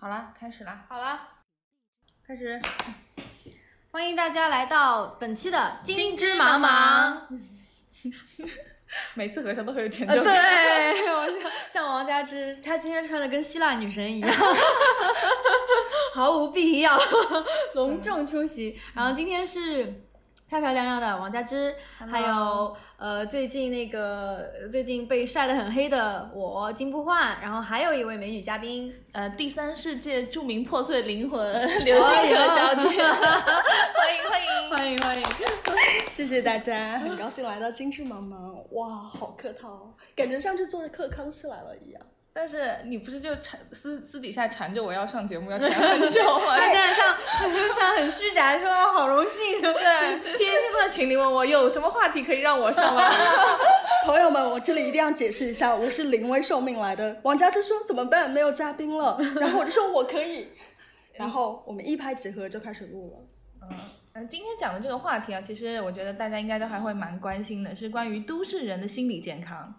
好啦，开始啦，好了，开始。欢迎大家来到本期的金枝枝茫茫茫茫。每次合唱都很有成呃就感。对，我像像王佳芝，她今天穿的跟希腊女神 一样，毫无必要，隆重出嗯席。然后今天是。漂漂亮亮的王佳芝，还有呃，最近那个最近被晒得很黑的我金不换，然后还有一位美女嘉宾， 呃，第三世界著名破碎灵魂刘星可小姐，哦 欢迎欢迎。欢迎欢迎，谢谢大家， 很高兴来到精致茫茫。哇，好客套哦，感觉像是做客康熙来了一样。但是你不是就缠私私底下缠着我要上节目要缠很久吗？她现在像像很虚假地说哦好荣幸，对，天天都在群里问我有什么话题可以让我上吗？朋友们，我这里一定要解释一下，我是临危受命来的。王佳芝说怎么办，没有嘉宾了，然后我就说我可以，然后我们一拍即合就开始录了。嗯，今天讲的这个话题啊，其实我觉得大家应该都还会蛮关心的，是关于都市人的心理健康。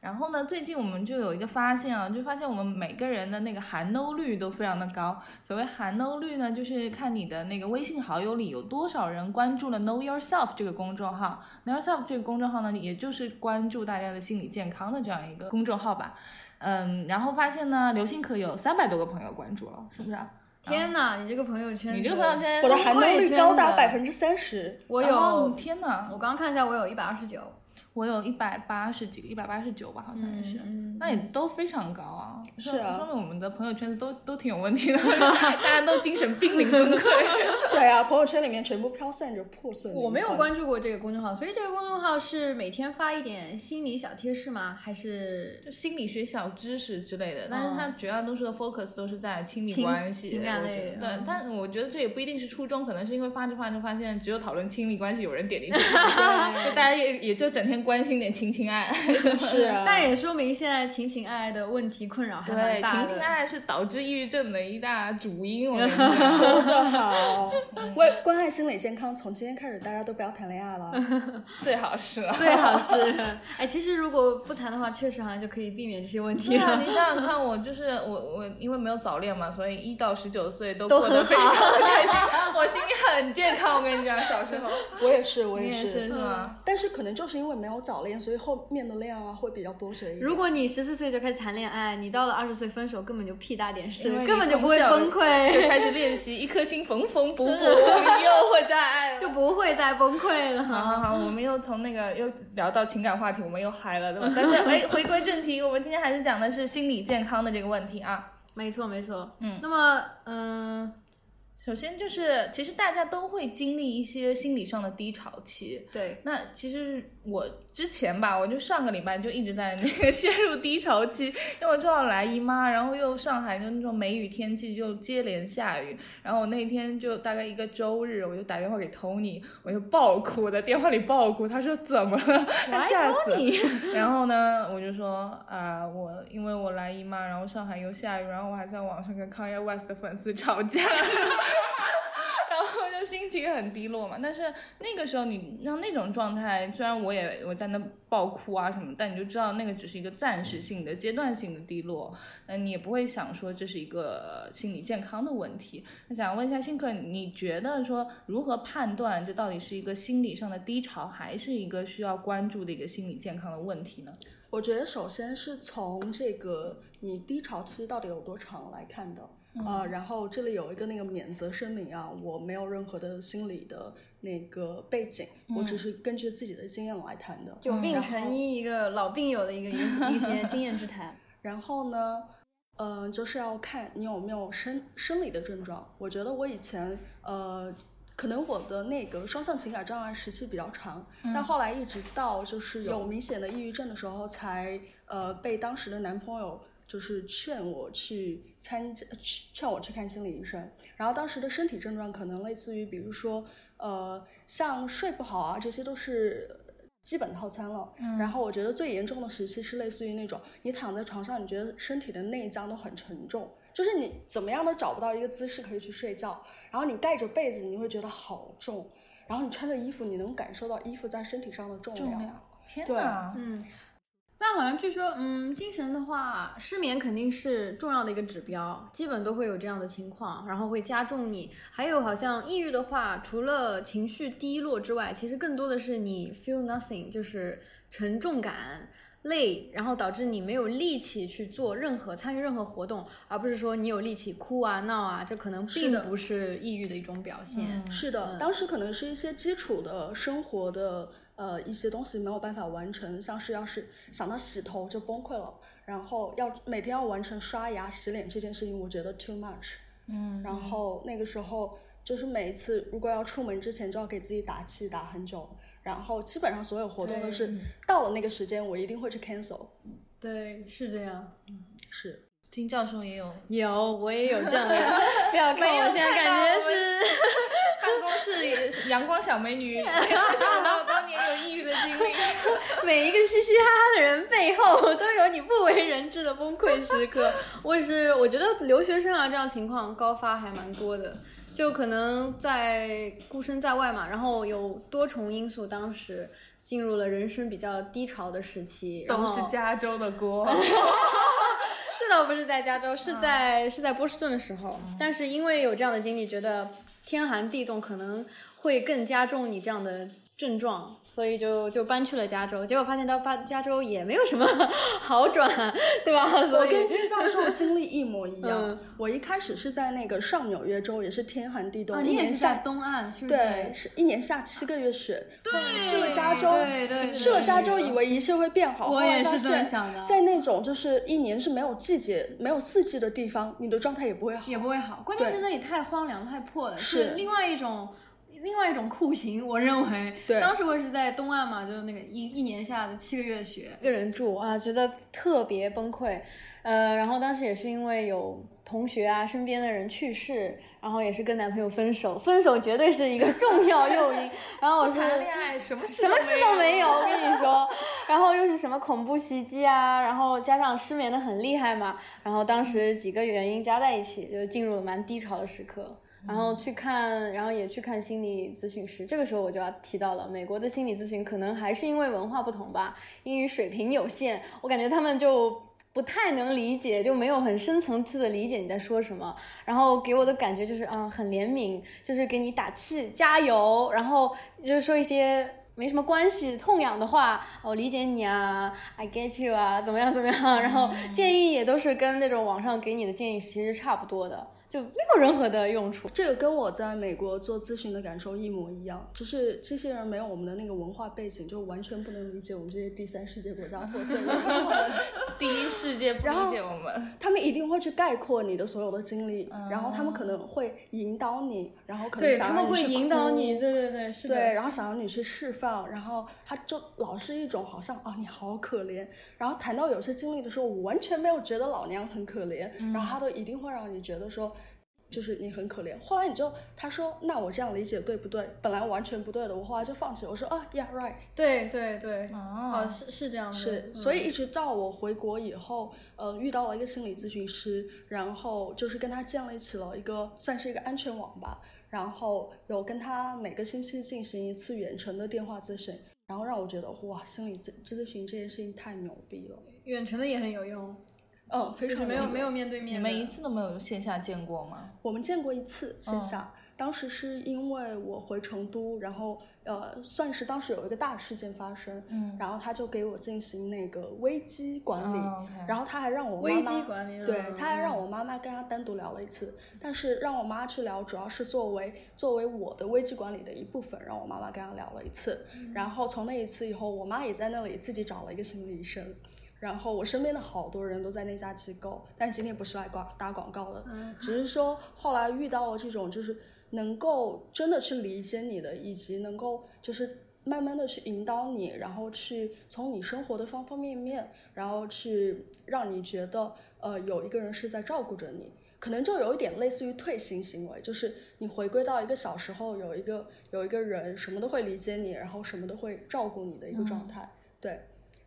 然后呢，最近我们就有一个发现啊，就发现我们每个人的那个含欧率都非常的高。所谓含欧率呢，就是看你的那个微信好友里有多少人关注了 Know Yourself 这个公众号。Know Yourself 这个公众号呢，也就是关注大家的心理健康的这样一个公众号吧。嗯，然后发现呢，刘星可有三百多个朋友关注了，是不是啊？天哪，你这个朋友圈，你这个朋友，圈，呃我的含金率高达真的百分之三十，我有，哦天哪！我刚刚看一下，我有一百二十九，我有一百八十几个，一百八十九吧，好像也是，嗯嗯那也都非常高啊。是啊说说明我们的朋友圈子都都挺有问题的， 大家都精神濒临崩 溃。对啊，朋友圈里面全部飘散着破碎。我没有，关注过这个公众号，所以这个公众号是每天发一点心理小贴士吗？还是就心理学小知识之类的，但是它绝大多数的 focus 都是在亲密嗯情关系、情感我觉类得的嗯对，但我觉得这也不一定是初衷，可能是因为发着发着发现，只有讨论亲密关系有人点 进去，就大家也也就整天关心点情情爱爱。 是 啊，但也说明现在情情爱爱的问题困扰 还蛮呃对，大的。情情爱爱是导致抑郁症的一大主因，我觉 得。说得好，为关爱心理健康，从今天开始大家都不要谈恋爱了。最好是了。最好是， 哎，其实如果不谈的话，确实好像就可以避免这些问题对啊，了。你想想看，我就是我我因为没有早恋嘛，所以一到十九岁都都过得很非常的开心，我心里很健康。我跟你讲，小时候我也是，我你也也是是吗？但是可能就是因为没有早恋，所以后面的恋爱啊会比较波折一点。 如果你十四岁就开始谈恋爱，你到了二十岁分手，根本就屁大点事因为，你根本就不会从小崩就溃，开始练习一颗心缝缝补补，又会再爱了。 就不会再崩溃了。好好好，我们又从那个又聊到情感话题，我们又嗨了，对吧？但是哎，回归正题，我们今天还是讲的是心理健康的这个问题啊。没错，没错。嗯那么，嗯、首先就是，其实大家都会经历一些心理上的低潮期，对，那其实我之前吧，我就上个礼拜就一直在那个 陷入低潮期，因为我正好来姨妈，然后又上海就那种梅雨天气就接连下雨，然后我那天就大概一个周日，我就打电话给 Tony，我就爆哭，我在电话里爆哭，他说怎么了？他来吓死找了。 你。然后呢，我就说啊、我因为我来姨妈，然后上海又下雨，然后我还在网上跟 Kanye West 的粉丝吵架， 然后就心情很低落嘛。但是那个时候你让那种状态，虽然我也我在那爆哭啊什么，但你就知道那个只是一个暂时性的、阶段性的低落，那你也不会想说这是一个呃心理健康的问题。那想问一下辛克，你觉得说如何判断这到底是一个心理上的低潮，还是一个需要关注的一个心理健康的问题呢？我觉得首先是从这个你低潮期到底有多长来看的，嗯呃，然后这里有一个那个免责声明啊，我没有任何的心理的那个背景，嗯我只是根据自己的经验来谈的。久病然成后医，一个老病友的一个一一些经验之 谈。然后呢，呃，就是要看你有没有生生理的症状。我觉得我以前呃，可能我的那个双向情感障碍时期比较长，但后来一直到就是有明显的抑郁症的时候才，呃被当时的男朋友。就是劝我去参加，去劝我去看心理医生。然后当时的身体症状可能类似于，比如说，呃，像睡不好啊，这些都是基本套餐了。然后我觉得最严重的时期是类似于那种你躺在床上，你觉得身体的内脏都很沉重，就是你怎么样都找不到一个姿势可以去睡觉，然后你盖着被子，你会觉得好重，然后你穿着衣服，你能感受到衣服在身体上的重量。量，天对哪！嗯，但好像据说，嗯，精神的话，失眠肯定是重要的一个指标，基本都会有这样的情况，然后会加重你。还有好像抑郁的话，除了情绪低落之外，其实更多的是你 feel nothing，就是沉重感。累，然后导致你没有力气去做任何参与任何活动，而不是说你有力气哭啊闹啊，这可能是并的不是抑郁的一嗯种表现。是的，当时可能是一些基础的生活的呃一些东西没有办法完成，像是要是想到洗头就崩溃了，然后要每天要完成刷牙、洗脸这件事情，我觉得 too much。嗯，然后那个时候就是每一次如果要出门之前就要给自己打气打很久，然后基本上所有活动都是到了那个时间我一定会去 cancel。对，是这样。是，金教授也有有，我也有这样的。不要看没有我现在看到感我觉们是。办公室也是阳光小美女，没有想到当年有抑郁的经历。 每一个嘻嘻哈哈的人背后都有你不为人知的崩溃时刻。我也是，我觉得留学生啊这样情况高发还蛮多的，就可能在孤身在外嘛，然后有多重因素，当时进入了人生比较低潮的时期，然后加州的锅， 这倒不是在加州，嗯是在、是在波士顿的时候，但是因为有这样的经历，觉得天寒地冻可能会更加重你这样的症状，所以就就搬去了加州。结果发现到巴加州也没有什么 好转，对吧？所我以跟金教授经历一模一样。嗯我一开始是在那个上纽约州，也是天寒地冻，啊，一你也年是在下东岸，是不是？对，是一年下七个月雪，嗯对，去了加州对对，去了加州以为为一切会变好，我后来也发是这么现，想的在那种就是一年是没有季节、没有四季的地方，你的状态也不会好也。不会好，关键对是那里太荒凉太破了，是另外一种。另外一种酷刑，我认为，对当时我也是在东岸嘛，就是那个一一年下的七个月雪，一个人住啊，觉得特别崩溃。呃，然后当时也是因为有同学啊，身边的人去世，然后也是跟男朋友分手，分手绝对是一个重要诱因。 然后我是谈恋爱什么事什么事都 没有，我 跟你说。然后又是什么恐怖袭击啊，然后加上失眠的很厉害嘛，然后当时几个原因加在一起，就进入了蛮低潮的时刻。然后去看，然后也去看心理咨询师。这个时候我就要提到了，美国的心理咨询可能还是因为文化不同吧，英语水平有限，我感觉他们就不太能理解，就没有很深层次的理解你在说什么。然后给我的感觉就是，嗯，很怜悯，就是给你打气加油，然后就是说一些没什么关系痛痒的话，我理解你啊，I get you 啊，怎么样怎么样，然后建议也都是跟那种网上给你的建议其实差不多的，就没有任何的用处。这个跟我在美国做咨询的感受一模一样，就是这些人没有我们的那个文化背景，就完全不能理解我们这些第三世界国家破碎文 化的人。第一世界不理解我们， 他们一定会去概括你的所有的经历，嗯然后他们可能会引导你，然后可能想让你去哭对对对，是对，然后想让你去释放，然后他就老是一种好像啊你好可怜，然后谈到有些经历的时候，我完全没有觉得老娘很可怜，然后他都一定会让你觉得说。就是你很可怜，后来你就他说，那我这样理解对不对？本来完全不对的，我后来就放弃了。我说啊，Yeah right，对对对，哦是是这样的，是，嗯所以一直到我回国以后，呃，遇到了一个心理咨询师，然后就是跟他建立起了一个算是一个安全网吧，然后有跟他每个星期进行一次远程的电话咨询，然后让我觉得哇，心理咨咨询这件事情太牛逼了，远程的也很有用，嗯，非就是常没有用没有面对你面的，们一次都没有线下见过吗？我们见过一次嗯线下，当时是因为我回成都，然后呃，算是当时有一个大事件发生，嗯然后他就给我进行那个危机管理，哦，OK 然后他还让我妈危妈机管理啊对，他还让我妈妈跟他单独聊了一次，但是让我妈去聊，主要是作为作为我的危机管理的一部分，让我妈妈跟他聊了一次，然后从那一次以后，我妈也在那里自己找了一个心理医生。然后我身边的好多人都在那家机构，但是今天不是来广打广告的，只是说后来遇到了这种就是能够真的去理解你的，以及能够就是慢慢的去引导你，然后去从你生活的方方面面，然后去让你觉得呃有一个人是在照顾着你。可能就有一点类似于退行行为，就是你回归到一个小时候，有一个有一个人什么都会理解你，然后什么都会照顾你的一个状态。对，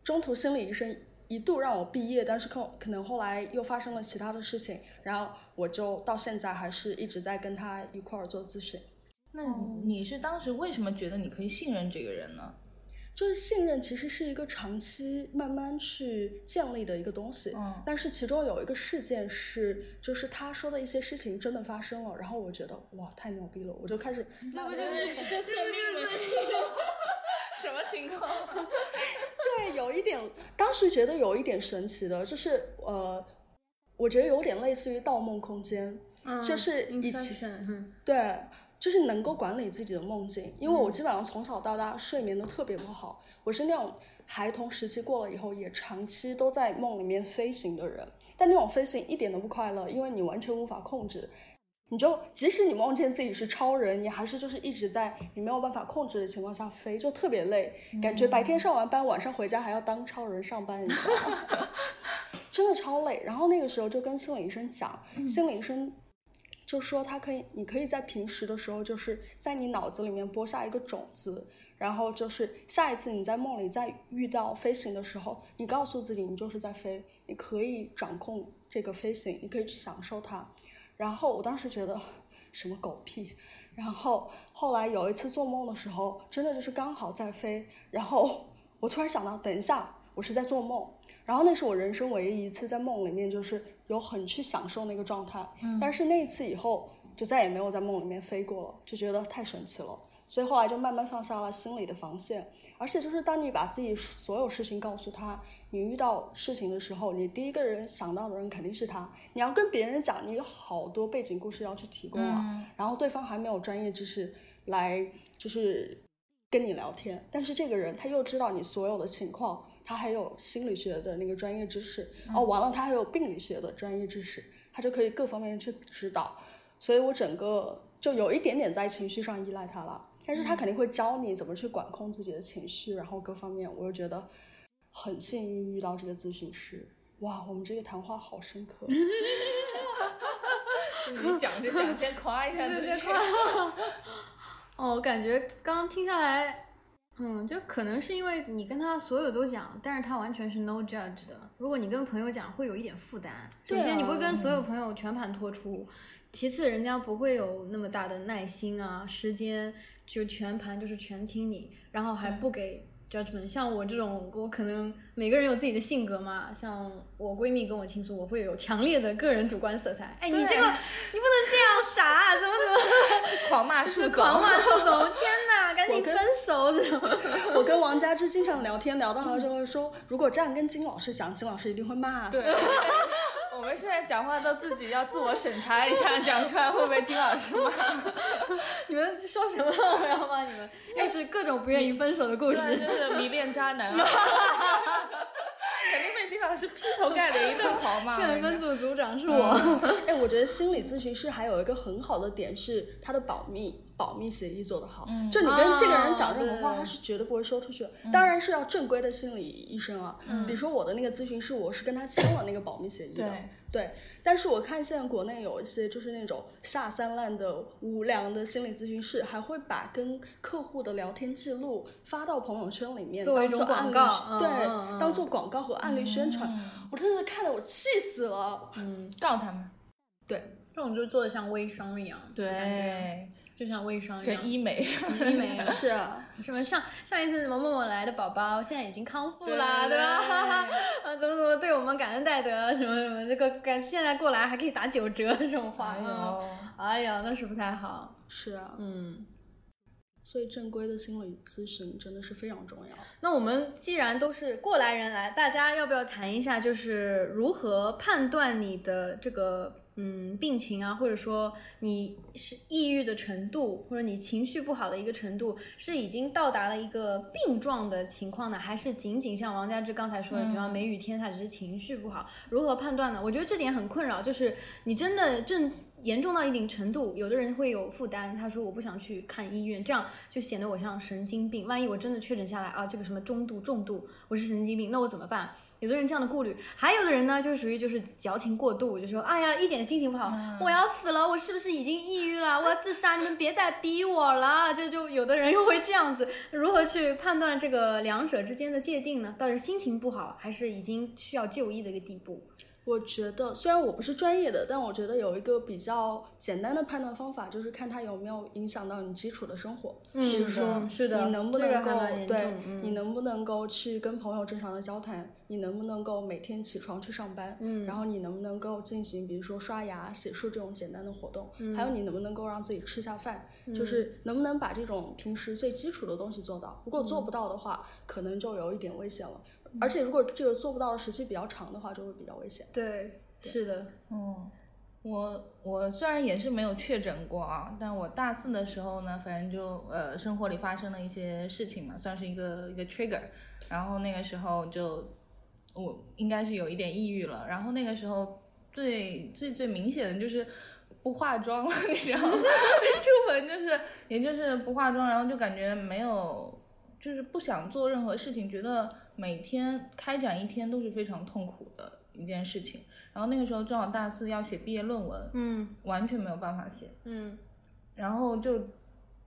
中途心理医生一度让我毕业，但是可可能后来又发生了其他的事情，然后我就到现在还是一直在跟他一块儿做咨询。嗯那你是当时为什么觉得你可以信任这个人呢？就是信任其实是一个长期慢慢去建立的一个东西。嗯但是其中有一个事件是，就是他说的一些事情真的发生了，然后我觉得哇太牛逼了，我就开始这不 就是这算命吗？ 什么情况？对，有一点，当时觉得有一点神奇的，就是呃，我觉得有点类似于《盗梦空间》嗯就是以前前对，就是能够管理自己的梦境，因为我基本上从小到大睡眠都特别不好，我是那种孩童时期过了以后也长期都在梦里面飞行的人，但那种飞行一点都不快乐，因为你完全无法控制。你就即使你梦见自己是超人，你还是就是一直在你没有办法控制的情况下飞，就特别累，感觉白天上完班，晚上回家还要当超人上班一下。真的超累。然后那个时候就跟心理医生讲，心理医生就说他可以，你可以在平时的时候，就是在你脑子里面播下一个种子，然后就是下一次你在梦里再遇到飞行的时候，你告诉自己你就是在飞，你可以掌控这个飞行，你可以去享受它。然后我当时觉得什么狗屁。然后后来有一次做梦的时候，真的就是刚好在飞，然后 我突然想到，等一下，我是在做梦。然后那是我人生唯一一次在梦里面就是有很去享受那个状态，但是那一次以后就再也没有在梦里面飞过了，就觉得太神奇了。所以后来就慢慢放下了心理的防线，而且就是当你把自己所有事情告诉他，你遇到事情的时候，你第一个人想到的人肯定是他。你要跟别人讲，你有好多背景故事要去提供啊，然后对方还没有专业知识来就是跟你聊天，但是这个人他又知道你所有的情况，他还有心理学的那个专业知识，哦，完了他还有病理学的专业知识，他就可以各方面去指导。所以我整个就有一点点在情绪上依赖他了，但是他肯定会教你怎么去管控自己的情绪，然后各方面，我就觉得很幸运遇到这个咨询师。哇，我们这个谈话好深刻。你讲着讲，先夸一 下自己。 哦，我感觉刚刚听下来，嗯，就可能是因为你跟他所有都讲，但是他完全是 no judge 的。如果你跟朋友讲，会有一点负担。首对先，你啊会跟嗯所有朋友全盘托出；其次，人家不会有那么大的耐心啊、时间，就全盘就是全听你，然后还不给 judgment。像我这种，我可能每个人有自己的性格嘛。像我闺蜜跟我倾诉，我会有强烈的个人主观色彩。哎，你对这个你不能这样傻啊、怎么怎么。狂骂树是总，狂 骂树总，天哪，赶紧我跟分手这种。我跟王佳芝经常聊天，聊到了就会说，如果这样跟金老师讲，金老师一定会骂死。我们现在讲话都自己要自我审查一下，讲出来会不会金老师骂？你们说什 么了？我要骂你们，又是各种不愿意分手的故不然事。就是迷恋渣 男啊，肯定被金老师劈头盖脸一顿狂 骂。劝分组组长是我， 哎，我觉得心理咨询师还有一个很好的点是他的保密保密协议做得好，就你跟这个人讲任何话，哦对他是绝对不会说出去的。当然是要正规的心理医生啊，比如说我的那个咨询师，我是跟他签了那个保密协议的。对对，但是我看现在国内有一些就是那种下三滥的无良的心理咨询师，还会把跟客户的聊天记录发到朋友圈里面，作为一当种做广案例告宣嗯对，嗯嗯当做广告和案例宣传。嗯我真的是看得我气死了。嗯，告他们。对，这种就做的像微商一样，感觉，就像微商一样跟。医美。医 美啊， 是啊，什么上上一次某某某来的宝宝，现在已经康复啦，对对吧？ 啊，怎么怎么对我们感恩戴德，什么什么，这个感现在过来还可以打九折，这种话，哎嗯呦，哎呀，那是不太好。 是啊，嗯，所以正规的心理咨询真的是非常重要。那我们既然都是过来人来，大家要不要谈一下，就是如何判断你的这个嗯病情啊，或者说你是抑郁的程度，或者你情绪不好的一个程度，是已经到达了一个病状的情况呢，还是仅仅像王佳芝刚才说的，比方梅雨天它只是情绪不好，如何判断呢？我觉得这点很困扰，就是你真的正严重到一定程度，有的人会有负担，他说我不想去看医院，这样就显得我像神经病。万一我真的确诊下来啊，这个什么中度、重度，我是神经病，那我怎么办？有的人这样的顾虑，还有的人呢，就是属于就是矫情过度，就说哎呀，一点心情不好，我要死了，我是不是已经抑郁了？我 要自杀，你们别再逼我了。这就有的人又会这样子，如何去判断这个两者之间的界定呢？到底是心情不好，还是已经需要就医的一个地步？我觉得虽然我不是专业的，但我觉得有一个比较简单的判断方法，就是看它有没有影响到你基础的生活。嗯比如是的说，是的你能不这个能还够蛮严对重、嗯你能不能够去跟朋友正常的交谈？你能不能够每天起床去上班？嗯然后你能不能够进行比如说刷牙、洗漱这种简单的活动？嗯还有你能不能够让自己吃下饭？就是能不能把这种平时最基础的东西做到？如果做嗯不到的话，可能就有一点危险了。而且如果这个做不到的时期比较长的话，就会比较危险。对，是的，哦，我我虽然也是没有确诊过啊，但我大四的时候呢，反正就呃生活里发生了一些事情嘛，算是一个一个 trigger。然后那个时候就我应该是有一点抑郁了。然后那个时候最最最明显的就是不化妆了，你知道 吗？出门就是也就是不化妆，然后就感觉没有。就是不想做任何事情，觉得每天开展一天都是非常痛苦的一件事情。然后那个时候正好大四要写毕业论文，嗯完全没有办法写，嗯然后就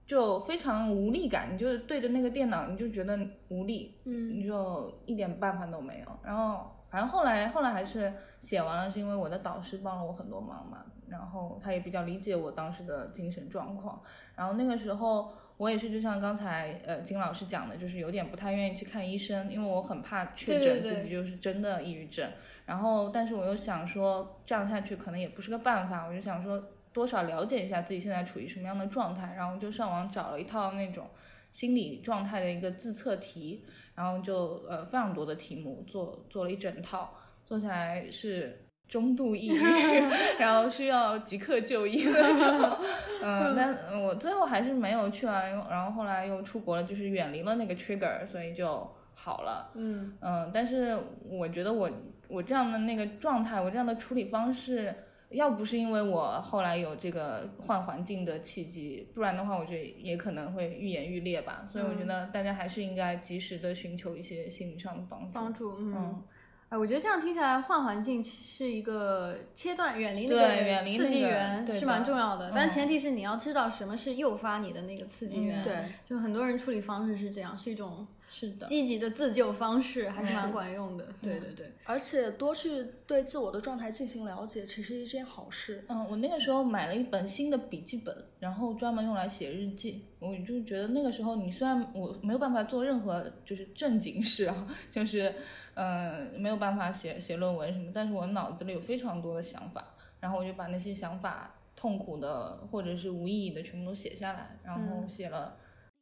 就非常无力感，你就是对着那个电脑，你就觉得无力，嗯你就一点办法都没有。然后反正后来后来还是写完了，是因为我的导师帮了我很多忙嘛，然后他也比较理解我当时的精神状况。然后那个时候我也是就像刚才呃金老师讲的，就是有点不太愿意去看医生，因为我很怕确对对诊对自己就是真的抑郁症。然后但是我又想说这样下去可能也不是个办法，我就想说。多少了解一下自己现在处于什么样的状态，然后就上网找了一套那种心理状态的一个自测题，然后就呃非常多的题目做做了一整套，做下来是中度抑郁， 然后需要即刻就医的那种。嗯，但我最后还是没有去了，因为然后后来又出国了，就是远离了那个 trigger，所以就好了。嗯嗯，但是我觉得我我这样的那个状态，我这样的处理方式，要不是因为我后来有这个换环境的契机，不然的话，我觉得也可能会愈演愈烈吧。所以我觉得大家还是应该及时的寻求一些心理上的帮助。帮助嗯。嗯哎，我觉得这样听起来，换环境是一个切断、远离那对个远离刺激那个源对是的蛮重要的，但嗯前提是你要知道什么是诱发你的那个刺激源。嗯对，就很多人处理方式是这样，是一种是的，积极的自救方式，还是蛮管用的。对对对，而且多去对自我的状态进行了解，其实是一件好事。嗯，我那个时候买了一本新的笔记本，然后专门用来写日记。我就觉得那个时候，你虽然我没有办法做任何就是正经事啊，就是嗯、呃没有办法写写论文什么，但是我脑子里有非常多的想法，然后我就把那些想法痛苦的或者是无意义的全部都写下来，然后嗯写了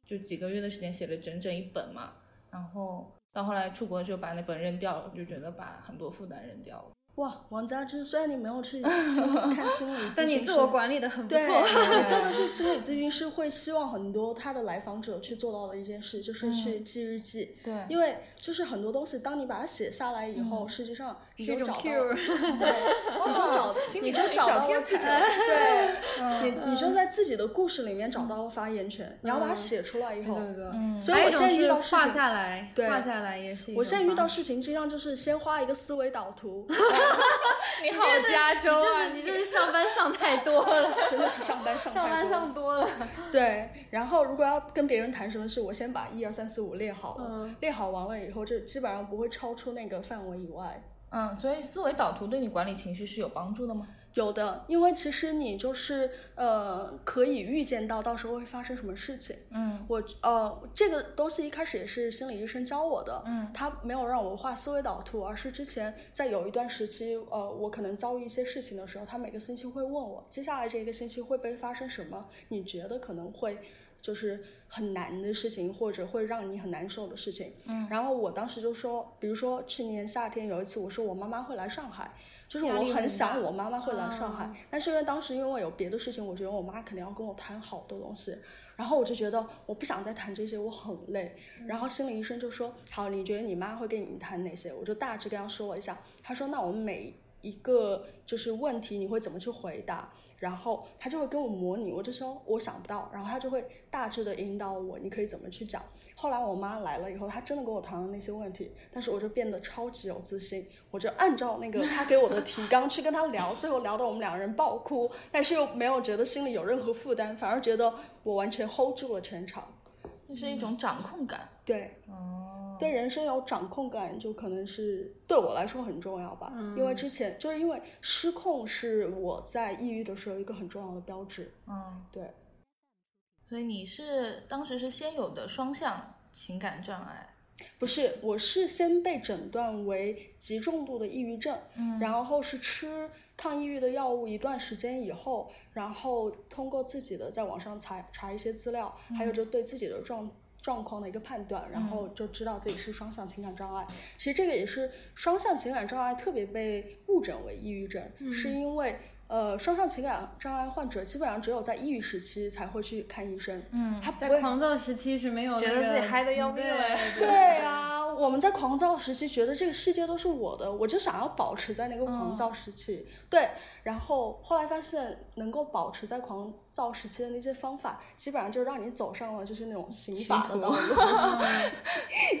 就几个月的时间，写了整整一本嘛。然后到后来出国的时候把那本扔掉了，就觉得把很多负担扔掉了。哇，王佳芝，虽然你没有去心看心 理咨询师，但你自我管理的很不错对，，你做的是心理咨询师会希望很多他的来访者去做到的一件事，就是嗯去记日记。对因为就是很多东西，当你把它写下来以后，实际上嗯你是一就种找到， cue 对，你就找，你就找到了自己的，嗯对，你你就在自己的故事里面找到了发言权。你要把它写出来以后，嗯对对。嗯所以还有我一现种在遇是到事画情，下来，对画下来也是一种方式。我现在遇到事情，实际上就是先画一个思维导 图，你好加州就是你这是上班上太多了，真的是上班 上上太班多了上多了。对，然后如果要跟别人谈什么事，我先把一二三四五列好了，嗯列好完了以后，就基本上不会超出那个范围以外。嗯，所以思维导图对你管理情绪是有帮助的吗？有的，因为其实你就是呃，可以预见到到时候会发生什么事情。嗯我呃，这个东西一开始也是心理医生教我的，嗯他没有让我画思维导图，而是之前在有一段时期，呃，我可能遭遇一些事情的时候，他每个星期会问我，接下来这一个星期会不会发生什么？你觉得可能会就是很难的事情，或者会让你很难受的事情。嗯然后我当时就说，比如说去年夏天有一次，我说我妈妈会来上海，就是压我力很很想大我妈妈会来上海，啊但是因为当时因为有别的事情，我觉得我妈肯定要跟我谈好多东西，然后我就觉得我不想再谈这些，我很累。然后心理医生就说：“好，你觉得你妈会跟你谈哪些？”我就大致跟他说了一下，他说：“那我们每一个就是问题你会怎么去回答？”然后他就会跟我模拟，我就说我想不到，然后他就会大致的引导我，你可以怎么去讲。后来我妈来了以后，她真的跟我谈了那些问题，但是我就变得超级有自信，我就按照那个她给我的提纲去跟她聊，最后聊到我们两个人爆哭，但是又没有觉得心里有任何负担，反而觉得我完全 hold 住了全场。这是一种掌控感。对，哦对人生有掌控感，就可能是对我来说很重要吧。因为之前就是因为失控是我在抑郁的时候一个很重要的标志。嗯，对，所以你是当时是先有的双向情感障碍，不是，我是先被诊断为极重度的抑郁症，嗯然后是吃抗抑郁的药物一段时间以后，然后通过自己的在网上查查一些资料，还有就嗯对自己的状状况的一个判断，然后就知道自己是双向情感障碍。其实这个也是双向情感障碍特别被误诊为抑郁症，嗯是因为。呃，双向情感障碍患者基本上只有在抑郁时期才会去看医生，嗯他不在会狂躁时期是没有觉得那自己个嗨得要嗯命对了 对啊，我们在狂躁时期觉得这个世界都是我的，我就想要保持在那个狂躁时期。嗯对，然后后来发现能够保持在狂躁时期的那些方法，基本上就让你走上了就是那种刑法的歧途道路。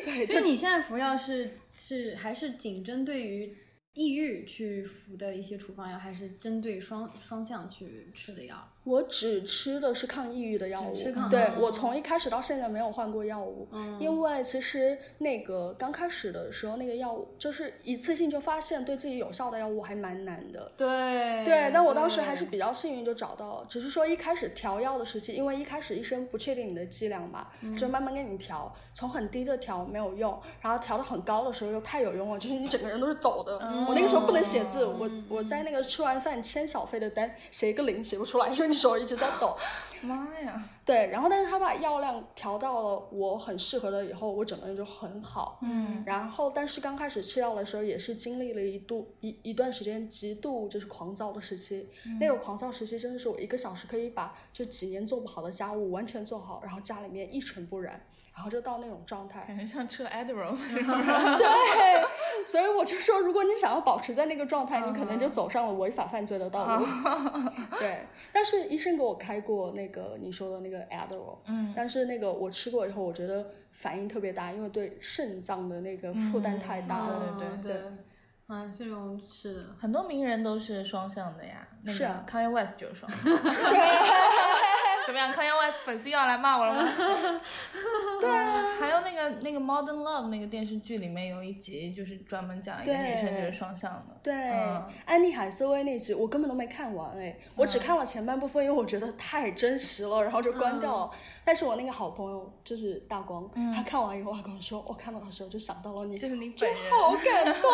对，所就以你现在服药是是还是仅针对于抑郁去服的一些处方药，还是针对双双向去吃的药？ 我只吃的是抗抑郁的药物只吃抗，嗯对抑郁我从一开始到现在没有换过药物，因为其实那个刚开始的时候那个药物就是一次性就发现对自己有效的药物还蛮难的，对对，但我当时还是比较幸运，就找到了。只是说一开始调药的时期，因为一开始医生不确定你的剂量嘛，就慢慢给你调，从很低的调没有用，然后调到很高的时候又太有用了，就是你整个人都是抖的。我那个时候不能写字，我我在那个吃完饭签小费的单写一个零写不出来，因为那时候一直在抖。 妈呀，对，然后但是他把药量调到了我很适合的以后，我整个人就很好。嗯然后，但是刚开始吃药的时候，也是经历了一度一一段时间极度就是狂躁的时期。嗯那个狂躁时期真的是我一个小时可以把就几年做不好的家务完全做好，然后家里面一尘不染，然后就到那种 状态。感觉像吃了 Adderall 是对，所以我就说，如果你想要保持在那个状态，啊你可能就走上了违法犯罪的道路。 对，但是医生给我开过那个你说的那个 Adderall，嗯但是那个我吃过以后，我觉得反应特别大，因为对肾脏的那个负担太大了。嗯对对哦对。啊，这种是的，很多名人都是双向的呀，那是啊个 Kanye West 就是双 向。 怎么样？Kanye West 粉丝又要来骂我了 吗？对啊。还有那个那个 Modern Love 那个电视剧里面有一集就是专门讲一个对女生就是双向的。对，嗯安妮海瑟薇那集我根本都没看完哎，我只看了前半部分，因为我觉得太真实了，然后就关掉嗯了。但是我那个好朋友就是大光，他看完以后他跟我说，我看到的时候就想到了你，就是你就本人，哦好感动。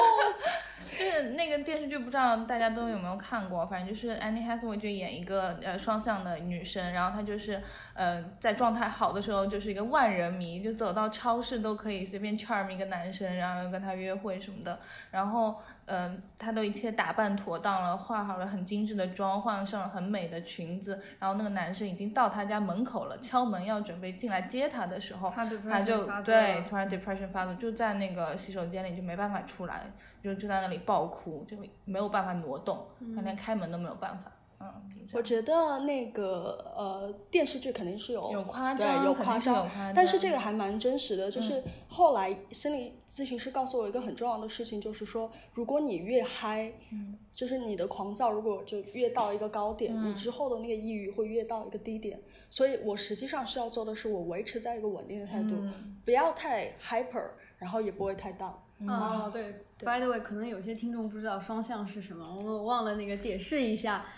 就是那个电视剧，不知道大家都有没有看过，反正就是 Annie Hathaway 就演一个呃双向的女生，然后她就是呃在状态好的时候就是一个万人迷，就走到超市都可以随便 charm 一个男生，然后又跟他约会什么的，然后嗯、呃她都一切打扮妥当了，化好了很精致的妆，换上了很美的裙子，然后那个男生已经到她家门口了，敲门要准备进来接她的时候，他对他就对，突然 depression 发作，就在那个洗手间里就没办法出来，就就在那里暴哭，就没有办法挪动，他连开门都没有办法。嗯，就这我样觉得那个呃电视剧肯定是有有夸对张，有肯夸定是有张夸张，嗯但是这个还蛮真实的，就是后来心理咨询师告诉我一个很重要的事情，就是说，如果你越嗨，嗯就是你的狂躁如果就越到一个高点，你之后的那个抑郁会越到一个低点。所以我实际上需要做的是，我维持在一个稳定的态度，嗯不要太 hyper，然后也不会太 down。哦，对，by the way，可能有些听众不知道双向是什么，我们忘了那个解释一下。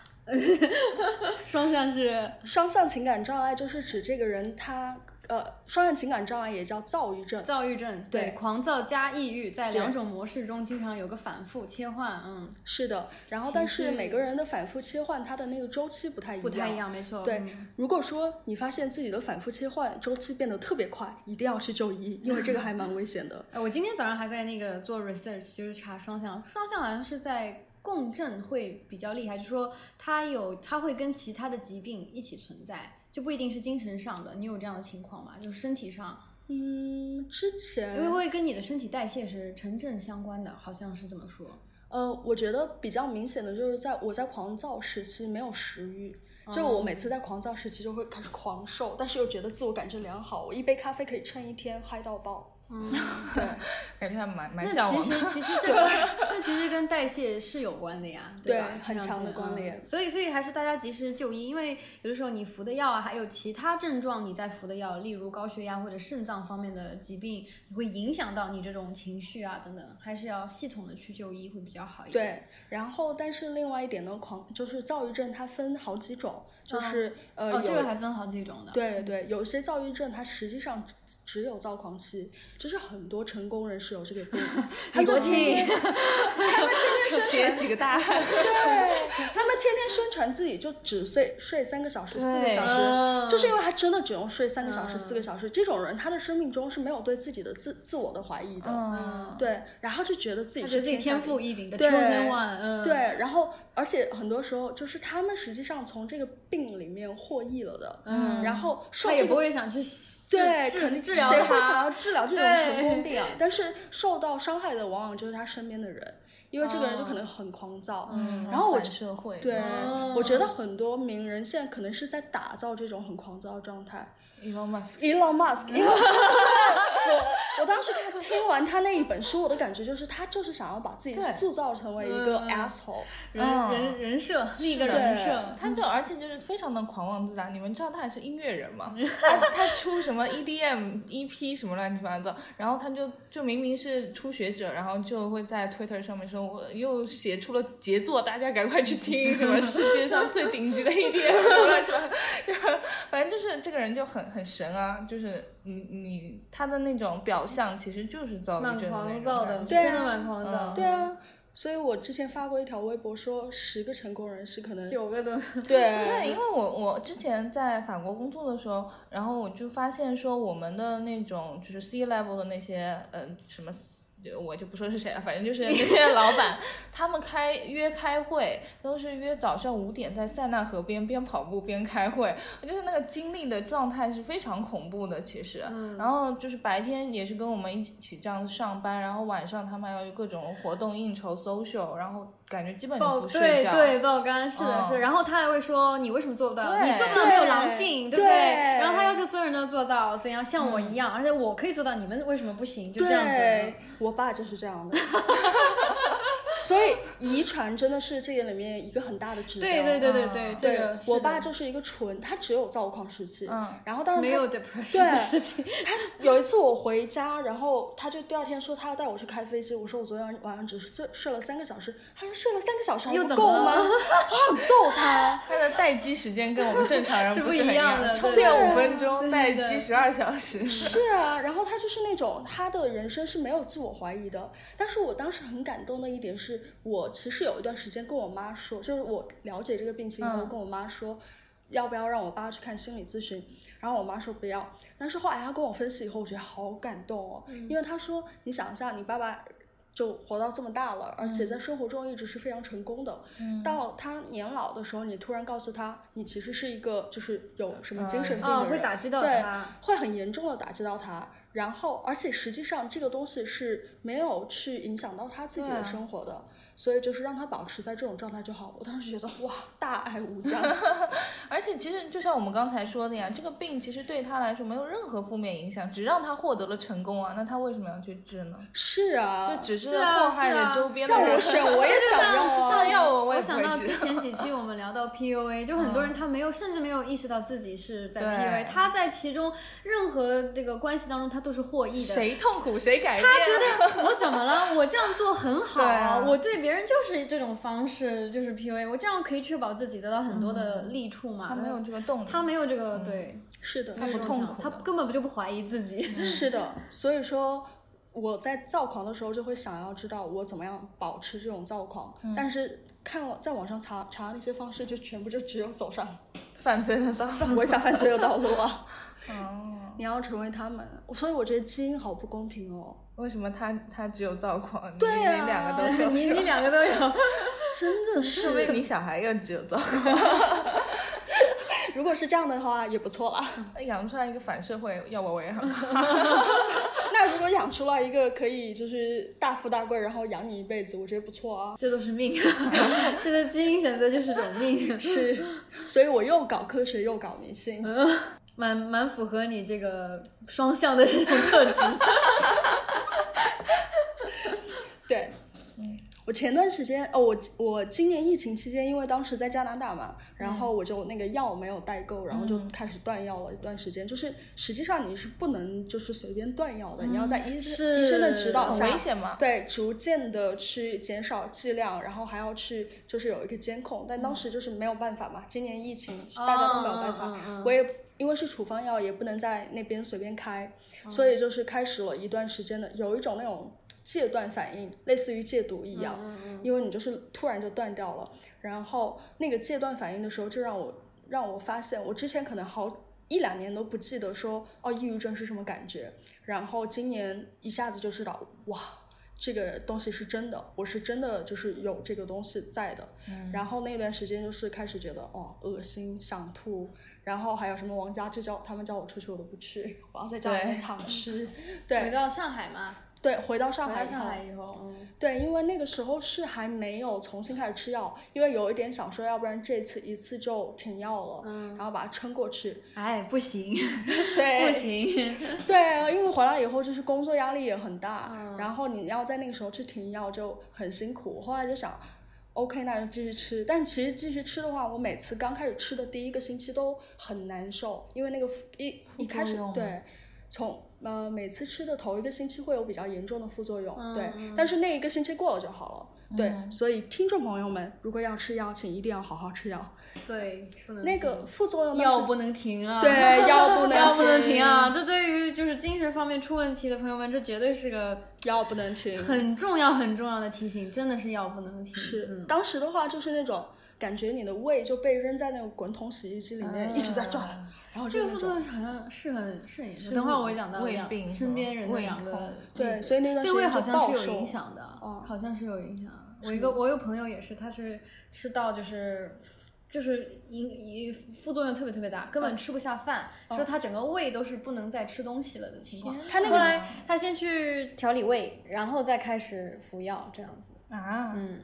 双向是双向情感障碍就是指这个人他呃，双向情感障碍也叫躁郁症，躁郁症，对对，狂躁加抑郁在对两种模式中经常有个反复切换，嗯，是的。然后但情是绪每个人的反复切换，他的那个周期不太一样，不太一样，没错，对嗯，。如果说你发现自己的反复切换周期变得特别快，一定要去就医，因为这个还蛮危险的 呃，我今天早上还在那个做 research，就是查双向，双向好像是在共振会比较厉害，就说它有它会跟其他的疾病一起存在，就不一定是精神上的。你有这样的情况吗？就是身体上，嗯，之因为前会跟你的身体代谢是成正相关的，好像是这么说。呃，我觉得比较明显的就是在我在狂躁时期没有食欲。哦就是我每次在狂躁时期就会开始狂瘦，但是又觉得自我感觉良好，我一杯咖啡可以撑一天，嗨到爆。嗯，对，感觉还蛮蛮向那往其的。实其实 这个，那其实跟代谢是有关的呀，对吧？很强的关联嗯所以所以还是大家及时就医，因为有的时候你服的药啊，还有其他症状你在服的药，例如高血压或者肾脏方面的疾病，你会影响到你这种情绪啊等等，还是要系统的去就医会比较好一点。对，然后但是另外一点呢，狂就是躁郁症它分好几种，就是、呃、哦，有这个还分好几种的。嗯对对，有些躁郁症它实际上只只有躁狂期，就是很多成功人士有这个 病，他李就国天 庆天他们天天宣写几个大汉， 对，他们天天宣传自己就只睡睡三个小时、四个对小嗯时，就是因为他真的只用睡三个小时、四嗯个小时。这种人他的生命中是没有对自己的自自我的怀疑的，嗯，对，然后就觉得自己他觉得 是自己天天赋异禀的对 chosen one，嗯，对，，然后而且很多时候就是他们实际上从这个病里面获益了的，嗯然后受他也这不个。会想去对，治肯定治疗谁会它 想要治疗这种成功病啊对？但是受到伤害的往往就是他身边的人，因为这个人就哦可能很狂躁。嗯然后我反社会，对，哦我觉得很多名人现在可能是在打造这种很狂躁的状态。 ，Elon Musk， Elon Musk，因为 我我当时看听完他那一本书，我的感觉就是他就是想要把自己对塑造成为一个嗯 asshole。人嗯人人设立一个的人对设，他就而且就是非常的狂妄自大。你们知道他还是音乐人 嘛？他他出什么 E EDM、EP 什么乱七八糟，然后他就就明明是初学者，然后就会在 Twitter 上面说我又写出了杰作，大家赶快去听什么世界上最顶级的 EDM 什么乱七八糟， 就反正就是这个人就很很神啊，就是你你他的那种表象其实就是躁蛮郁症的那种狂躁感的，觉。对真的啊蛮狂躁。对啊，所以我之前发过一条微博说，十个成功人士可能九个都对，对因为我我之前在法国工作的时候，然后我就发现说我们的那种就是 C level 的那些呃什么。我就不说是谁了，反正就是那些老板，他们开约开会都是约早上五点在塞纳河边边跑步边开会，就是那个精力的状态是非常恐怖的，其实。嗯然后就是白天也是跟我们一起这样上班，然后晚上他们还有各种活动应酬 social，然后感觉基本就 爆不睡对觉。哦对爆肝是的嗯是的，然后他还会说你为什么做不到？对你做不到没有狼性，对不对？对然后他要求所有人都做到，怎样像我一样，而且我可以做到，你们为什么不行？就这样子对。，我爸就是 这样的。 所以遗传真的是这个里面一个很大的指标。对对对对对，嗯这对个是我的爸就是一个纯，他只有躁狂时期。嗯然后当然没他有 depression 对的事情，有一次我回家，然后他就第二天说他要带我去开飞机，我说我昨天晚上只睡睡了三个小时，他说睡了三个小时还又不怎么够了吗？ 我想揍他。它的待机时间跟我们正常人是不不是很一样的充对电对五分钟，对待对机十二小时。 是啊，然后他就是那种他的人生是没有自我怀疑的。但是我当时很感动的一点是，我其实有一段时间跟我妈说，就是我了解这个病情以后，嗯跟我妈说。要不要让我爸去看心理咨询？然后我妈说不要，但是后来她跟我分析以后，我觉得好感动哦，因为她说，你想一下，你爸爸就活到这么大了，而且在生活中一直是非常成功的，到他年老的时候，你突然告诉他，你其实是一个就是有什么精神病的哦人，会打击到对他会很严重的打击到他。然后，而且实际上这个东西是没有去影响到他自己对啊的生活的，所以就是让他保持在这种状态就好。我当时觉得哇，大爱无疆。而且其实就像我们刚才说的呀，这个病其实对他来说没有任何负面影响，只让他获得了成功啊。那他为什么要去治呢？是啊就，只是是啊祸害是啊了周边的让人。我选，我也想要就啊。像要我我也不想会到知之道嗯前几期我们聊到 PUA，就很多人他没有，甚至没有意识到自己是在 PUA，对他在其中任何这个关系当中，他都是获益的。谁痛苦谁改变。他觉得我怎么了？我这样做很好对啊我对别人就是这种方式，就是 PUA，我这样可以确保自己得到很多的利处嘛。嗯啊他没有这个动力，他没有这个对，是的，他不这种痛想苦他的根本就不怀疑自己。是的，所以说我在躁狂的时候就会想要知道我怎么样保持这种躁狂，嗯但是看了在网上查查那些方式，就全部就只有走上犯罪的道理。违法犯罪的道路啊！ 哦，你要成为他们，所以我觉得基因好不公平哦， 为什么他他只有躁狂？对你啊你两个都有， 你是吧你两个都有，真的 是不是是。你小孩又只有躁狂？如果是这样的话，也不错啦。 养出来一个反社会，要我我也很怕。 那如果养出来一个可以就是大富大贵，然后养你一辈子，我觉得不 错啊。这都是命， 这是基因选择，就是种命。嗯是，所以我又搞科学又搞迷信。蛮蛮符合你这个双向的这种特质。对，嗯我前段时间哦，我我今年疫情期间，因为当时在加拿大嘛，然嗯后我就那个药没有代购，然后就开始断药了一段时间。就是实际上你是不能就是随便断药的，你要在医生嗯是医生的指导很下，危险吗？对，逐渐的去减少剂量，然后还要去就是有一个监控，但当时就是没有办法嘛，今年疫情大家都没有办法，嗯嗯嗯嗯嗯我也因为是处方药，也不能在那边随便开，所以就是开始了一段时间的有一种那种戒断反应，类似于戒毒一样，因为你就是突然就断掉了，然后那个戒断反应的时候，就让我让我发现，我之前可能好。一两年都不记得说哦，抑郁症是什么感觉，然后今年一下子就知道哇，这个东西是真的，我是真的就是有这个东西在的。嗯然后那段时间就是开始觉得哦，恶心、想吐，然后还有什么王家之叫他们叫我出去，我都不去，我要在家里面躺尸。 回对到上海嘛，对，回到上回海到以后，上海以后，嗯对，因为那个时候是还没有重新开始吃药，因为有一点想说，要不然这次一次就停药了，嗯然后把它撑过去。哎，不行，对，不行，对，啊因为回来以后就是工作压力也很大，嗯然后你要在那个时候去停药就很辛苦。我后来就想，OK，那就继续吃。但其实继续吃的话，我每次刚开始吃的第一个星期都很难受，因为那个副一一开作始用对，从呃每次吃的头一个星期会有比较严重的副作用，对嗯，但是那一个星期过了就好了。对，所以听众朋友们，如果要吃药，请一定要好好吃药。对，不能那个停副作用当时嗯药不能停啊，对，药不能药不能停啊，，这对于就是精神方面出问题的朋友们，这绝对是个药不能 停，很重要很重要的提醒，真的是药不能停，是，嗯当时的话就是那种感觉你的胃就被扔在那个滚筒洗衣机里哎面、一直在转，啊然后嗯就这个那副种作用好像是很是很严重，是等会儿我也讲到胃两病身边和人的胃两个痛例对，子所以那段时对间胃就好像暴是有瘦影响的，哦好像是有影响。我是一个我有朋友也是，他是吃到就是就是影影副作用特别特别大，根本吃不下饭，说他整个胃都是不能再吃东西了的情况。他那后个来哦他先去调理胃，然后再开始服药这样子。啊，嗯，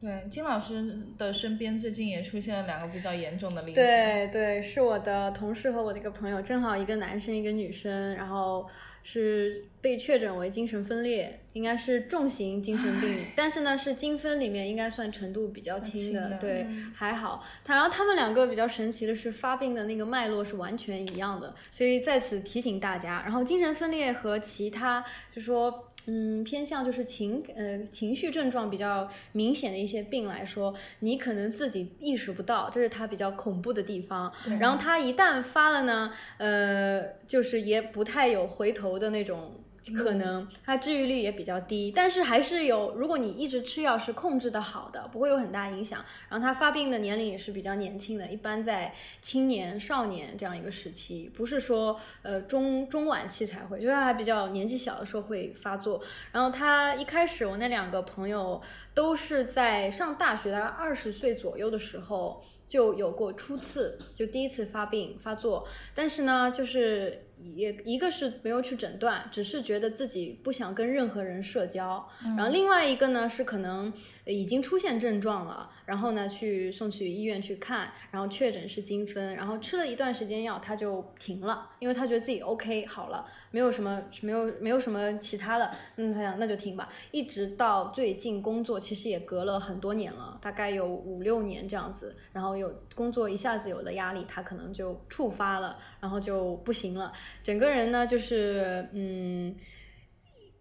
对，金老师的身边最近也出现了两个比较严重的例子。，对对，是我的同事和我的一个朋友，正好一个男生一个女生，然后是被确诊为精神分裂，应该是重型精神病，但是呢是精分里面应该算程度比较轻轻的，的对，还好。他然后他们两个比较神奇的是发病的那个脉络是完全一样的，所以在此提醒大家。然后精神分裂和其他就说。嗯，偏向就是情呃情绪症状比较明显的一些病来说，你可能自己意识不到，这是它比较恐怖的地方。然后它一旦发了呢，呃，就是也不太有回头的那种。可能它治愈率也比较低，但是还是有。如果你一直吃药是控制的好的，不会有很大影响。然后它发病的年龄也是比较年轻的，一般在青年、少年这样一个时期，不是说呃中中晚期才会，就是他比较年纪小的时候会发作。然后他一开始，我那两个朋友都是在上大学，大概二十岁左右的时候就有过初次，就第一次发病发作。但是呢，就是也一个是没有去诊断，只是觉得自己不想跟任何人社交。然后另外一个呢是可能已经出现症状了，然后呢去送去医院去看，然后确诊是精分，然后吃了一段时间药，他就停了，因为他觉得自己 OK 好了，没有什么没有没有什么其他的，嗯，他想那就停吧。一直到最近工作，其实也隔了很多年了，大概有五六年这样子，然后有工作一下子有了压力，他可能就触发了，然后就不行了，整个人呢就是嗯。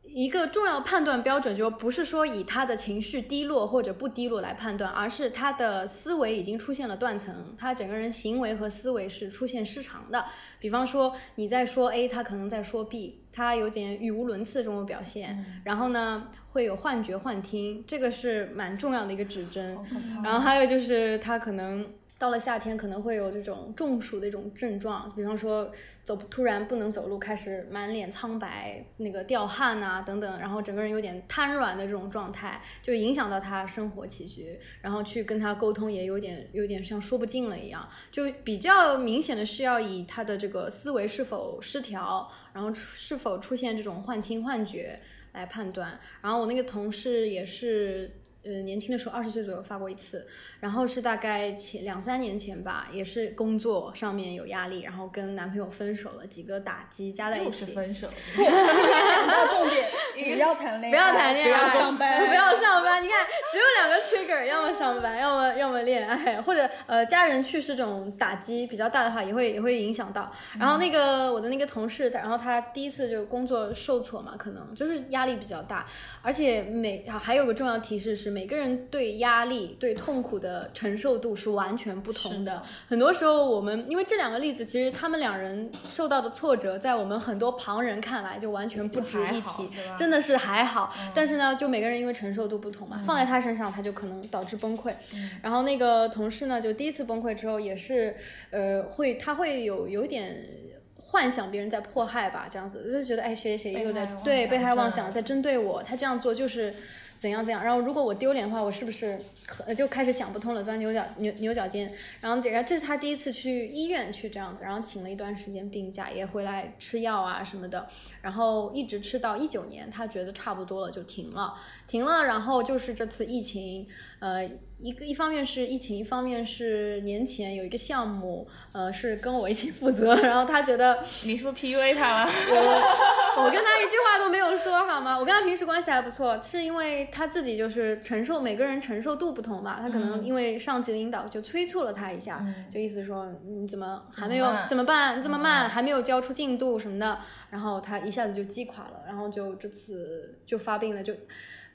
一个重要判断标准就不是说以他的情绪低落或者不低落来判断，而是他的思维已经出现了断层，他整个人行为和思维是出现失常的。比方说你在说 A，他可能在说 B，他有点语无伦次这种表现，然后呢会有幻觉、幻听，这个是蛮重要的一个指针。哦然后还有就是他可能到了夏天可能会有这种中暑的一种症状，比方说走突然不能走路，开始满脸苍白，那个掉汗啊等等，然后整个人有点瘫软的这种状态，就影响到他生活起居，然后去跟他沟通也有点有点像说不尽了一样，就比较明显的是要以他的这个思维是否失调，然后出是否出现这种幻听幻觉来判断。然后我那个同事也是呃，年轻的时候二十岁左右发过一次，然后是大概前两三年前吧，也是工作上面有压力，然后跟男朋友分手了，几个打击加在一又起是，分手， 今天讲到重点，不要谈恋爱，不要谈恋爱，不要上 班，不要上班。你看，只有两个 trigger，要么上班，要么要么恋爱，或者呃家人去世这种打击比较大的话，也会也会影响到。然后那个嗯我的那个同事，然后他第一次就工作受挫嘛，可能就是压力比较大，而且每啊还有个重要提示是，每个人对压力、对痛苦的承受度是完全不同的。很多时候，我们因为这两个例子，其实他们两人受到的挫折，在我们很多旁人看来就完全不值一就还好提对吧，嗯真的是还好。但是呢，就每个人因为承受度不同嘛，放在他身上，他就可能导致崩溃。嗯然后那个同事呢，就第一次崩溃之后，也是呃，会他会有有点。幻想别人在迫害吧，这样子就觉得哎，谁谁谁又在被害妄对想被害妄症想，在针对我，他这样做就是怎样怎样。然后如果我丢脸的话，我是不是很呃就开始想不通了，钻牛角牛牛角尖？然后这这是他第一次去医院去这样子，然后请了一段时间病假，也回来吃药啊什么的，然后一直吃到一九年，他觉得差不多了就停了，停了。然后就是这次疫情，呃，一个一方面是疫情，一方面是年前有一个项目，呃，是跟我一起负责，然后他觉得。你是不是 PUA 他了？ 我跟他一句话都没有说好吗？我跟他平时关系还不错，是因为他自己就是承受每个人承受度不同嘛，他可能因为上级领导就催促了他一下，就意思说你嗯怎么还没有怎怎么办嗯这么慢，还没有交出进度什么的，然后他一下子就击垮了，然后就这次就发病了，就。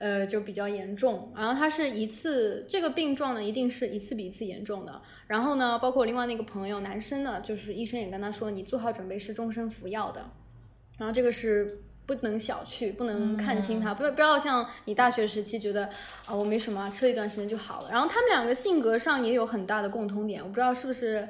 呃，就比较严重，然后他是一次这个病状呢，一定是一次比一次严重的。然后呢，包括我另外那个朋友，男生呢，就是医生也跟他说，你做好准备是终身服药的。然后这个是不能小觑，不能看清它，不不要像你大学时期觉得啊我没什么啊，吃了一段时间就好了。然后他们两个性格上也有很大的共通点，我不知道是不是。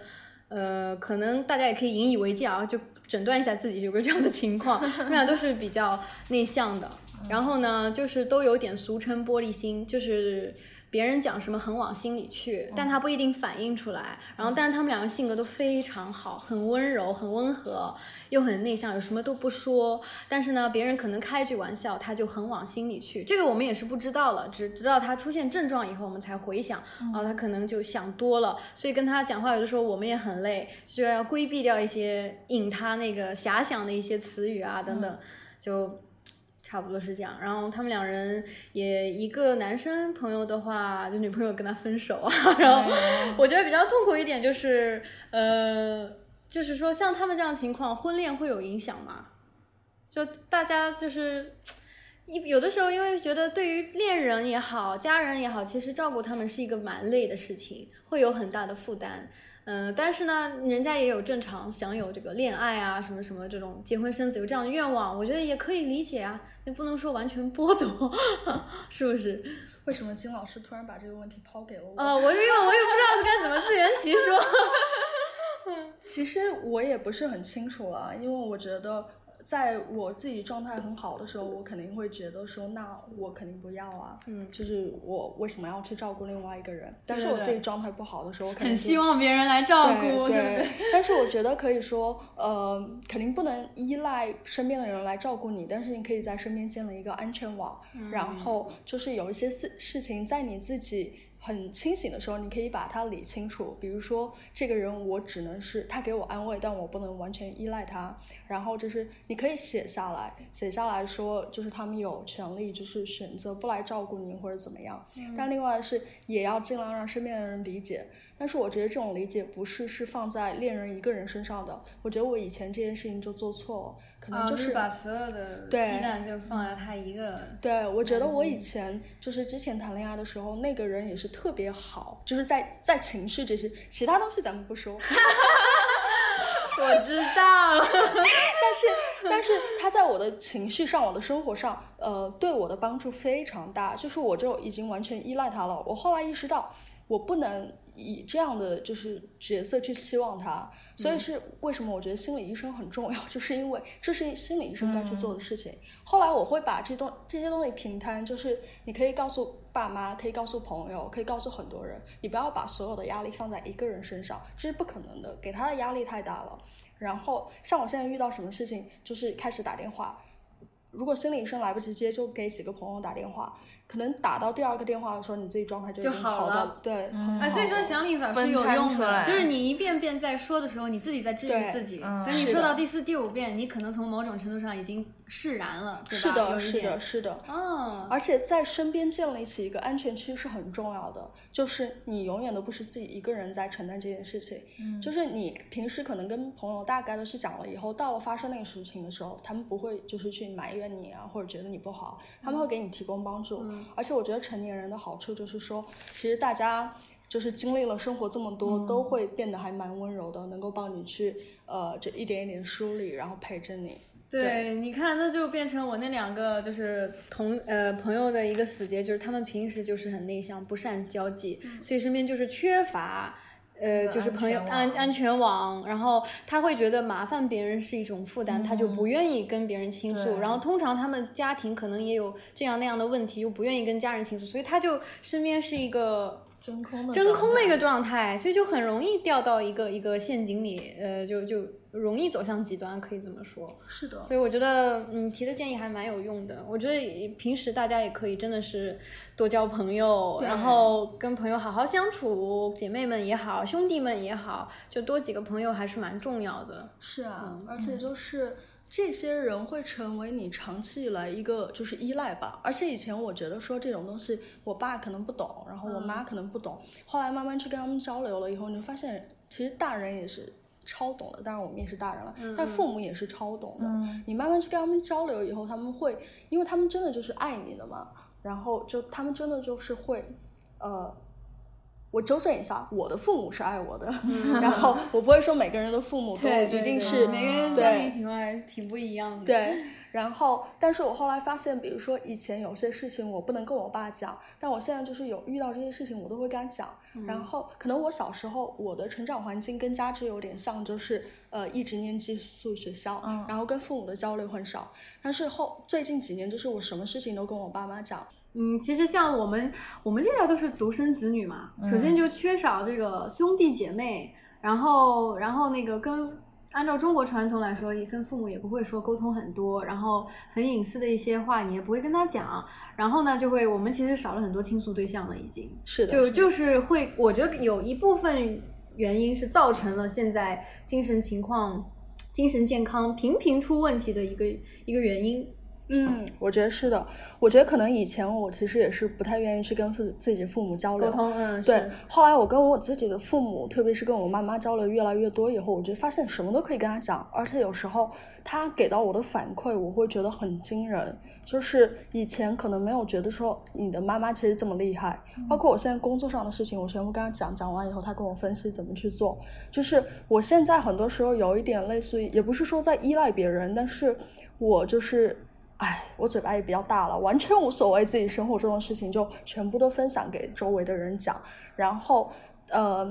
呃，可能大家也可以引以为戒啊，就诊断一下自己有个这样的情况。 他们俩都是比较内向的，然后呢，就是都有点俗称玻璃心，就是别人讲什么很往心里去，但他不一定反映出来。然后，但是他们两个性格都非常好，很温柔，很温和，又很内向，有什么都不说。但是呢，别人可能开句玩笑，他就很往心里去。这个我们也是不知道了，只直到他出现症状以后，我们才回想，哦，他可能就想多了。所以跟他讲话，有的时候我们也很累，就要规避掉一些引他那个遐想的一些词语啊等等，就。差不多是这样，然后他们两人也一个男生朋友的话，就女朋友跟他分手啊， 然后我觉得比较痛苦一点就是，呃，就是说像他们这样情况，婚恋会有影响吗？就大家就是。一有的时候，因为觉得对于恋人也好，家人也好，其实照顾他们是一个蛮累的事情，会有很大的负担。嗯、但是呢，人家也有正常享有这个恋爱啊，什么什么这种结婚生子有这样的愿望，我觉得也可以理解啊，也不能说完全剥夺， 是不是？为什么金老师突然把这个问题抛给了我？呃，我就因为我也不知道该怎么自圆其说。其实我也不是很清楚了，因为我觉得在我自己状态很好的时候，我肯定会觉得说，那我肯定不要啊，嗯就是我为什么要去照顾另外一个人？但是对我对自己状态不好的时候，我肯定很就希望别人来照对顾，不对？但是我觉得可以说，呃，肯定不能依赖身边的人来照顾你，但是你可以在身边建立一个安全网，嗯然后就是有一些事事情在你自己。很清醒的时候，你可以把它理清楚。比如说，这个人我只能是他给我安慰，但我不能完全依赖他。然后就是你可以写下来，写下来说，就是他们有权利就是选择不来照顾你或者怎么样。嗯但另外是也要尽量让身边的人理解，但是我觉得这种理解不是是放在恋人一个人身上的，我觉得我以前这件事情就做错了，可能哦啊，就是、把所有的对鸡蛋就放在他一个。对，我觉得我以前就是之前谈恋爱的时候，那个人也是特别好，就是在在情绪这些，其他东西咱们不说，我知道，但是，但是他在我的情绪上、我的生活上，呃，对我的帮助非常大。就是我就已经完全依赖他了。我后来意识到，我不能以这样的就是角色去期望他。所以是为什么我觉得心理医生很重要， 就是因为这是心理医生该去做的事情。后来我会把这东这些东西平摊，就是你可以告诉爸妈，可以告诉朋友，可以告诉很多人，你不要把所有的压力放在一个人身上，这是不可能的，给他的压力太大了。然后像我现在遇到什么事情，就是开始打电话。如果心理医生来不及接，就给几个朋友打电话。可能打到第二个电话的时候，你自己状态就已经就好好到了对，嗯哎很好啊，所以说了想领嫂是分有摊用出的，来就是你一遍遍在说的时候，你自己在治愈对自己。嗯等你是说的到第四、第五遍，你可能从某种程度上已经释然了，对吧？是有的，一是的，点。是的。嗯，而且在身边建立起一个安全区是很重要的，就是你永远都不是自己一个人在承担这件事情，嗯就是你平时可能跟朋友大概都是讲了以后，到了发生那个事情的时候，他们不会就是去埋怨你啊，或者觉得你不好，他们会给你提供帮助。而且我觉得成年人的好处就是说，其实大家。就是经历了生活这么多，都会变得还蛮温柔的，能够帮你去呃，这一点一点梳理，然后陪着你。对，你看，那就变成我那两个就是同呃朋友的一个死结就是他们平时就是很内向，不善交际，所以身边就是缺乏。呃，嗯个就是安朋友全安网安全网，然后他会觉得麻烦别人是一种负担，他就不愿意跟别人倾诉。嗯对然后通常他们家庭可能也有这样那样的问题，又不愿意跟家人倾诉，所以他就身边是一个真空的真空的一个个状态，所以就很容易掉到一个一个陷阱里，呃，就就容易走向极端，可以这么说。是的，所以我觉得你提的建议还蛮有用的。我觉得平时大家也可以真的是多交朋友，然后跟朋友好好相处，姐妹们也好，兄弟们也好，就多几个朋友还是蛮重要的。是啊，而且就是这些人会成为你长期以来一个就是依赖吧。而且以前我觉得说这种东西，我爸可能不懂，然后我妈可能不懂。后来慢慢去跟他们交流了以后，你就发现其实大人也是。超懂的，当然我们也是大人了，但父母也是超懂的。嗯你慢慢去跟他们交流以后，他们会，因为他们真的就是爱你的嘛，然后就他们真的就是会，呃，我纠正一下，我的父母是爱我的， 然后我不会说每个人的父母都嗯对对一定对是每个人家庭对情况还是挺不一样的。，对。 然后，但是我后来发现，比如说以前有些事情我不能跟我爸讲，但我现在就是有遇到这些事情，我都会跟他讲。嗯然后，可能我小时候我的成长环境跟家之有点像，就是呃一直念寄宿学校，嗯然后跟父母的交流很少。但是后最近几年，就是我什么事情都跟我爸妈讲，嗯，其实像我们我们这代都是独生子女嘛，嗯首先就缺少这个兄弟姐妹，然后然后那个跟按照中国传统来说，也跟父母也不会说沟通很多，然后很隐私的一些话你也不会跟他讲，然后呢就会我们其实少了很多倾诉对象了已经。是的，就就是会，我觉得有一部分原因是造成了现在精神情况、精神健康频频出问题的一个一个原因。嗯，我觉得是的。我觉得可能以前我其实也是不太愿意去跟父自己父母交流沟。通，嗯，对是，后来我跟我自己的父母，特别是跟我妈妈交流越来越多以后，我就发现什么都可以跟她讲，而且有时候她给到我的反馈，我会觉得很惊人。就是以前可能没有觉得说你的妈妈其实这么厉害，嗯包括我现在工作上的事情，我全部跟她讲，讲完以后她跟我分析怎么去做。就是我现在很多时候有一点类似于，也不是说在依赖别人，但是我就是。哎，我嘴巴也比较大了，完全无所谓自己生活中的事情，就全部都分享给周围的人讲。然后，呃，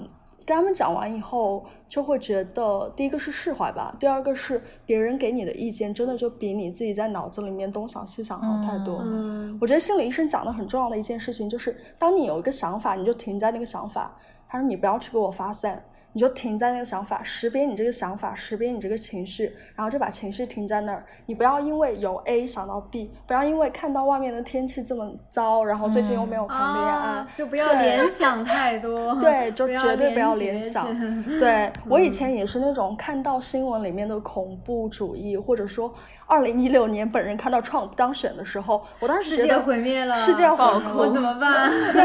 跟他们讲完以后，就会觉得第一个是释怀吧，第二个是别人给你的意见，真的就比你自己在脑子里面东想西想好太多。嗯，我觉得心理医生讲的很重要的一件事情，就是当你有一个想法，你就停在那个想法。他说你不要去给我发散，你就停在那个想法，识别你这个想法，识别你这个情绪，然后就把情绪停在那儿。你不要因为有 A 想到 B，不要因为看到外面的天气这么糟，然后最近又没有谈恋爱，啊，就不要对联想太多， 对，就绝对不要联联觉想是。 对我嗯以前也是那种看到新闻里面的恐怖主义，或者说二零一六年本人看到 Trump 当选的时候，我当嗯时世觉界得毁灭了，世界毁灭我怎 么办？对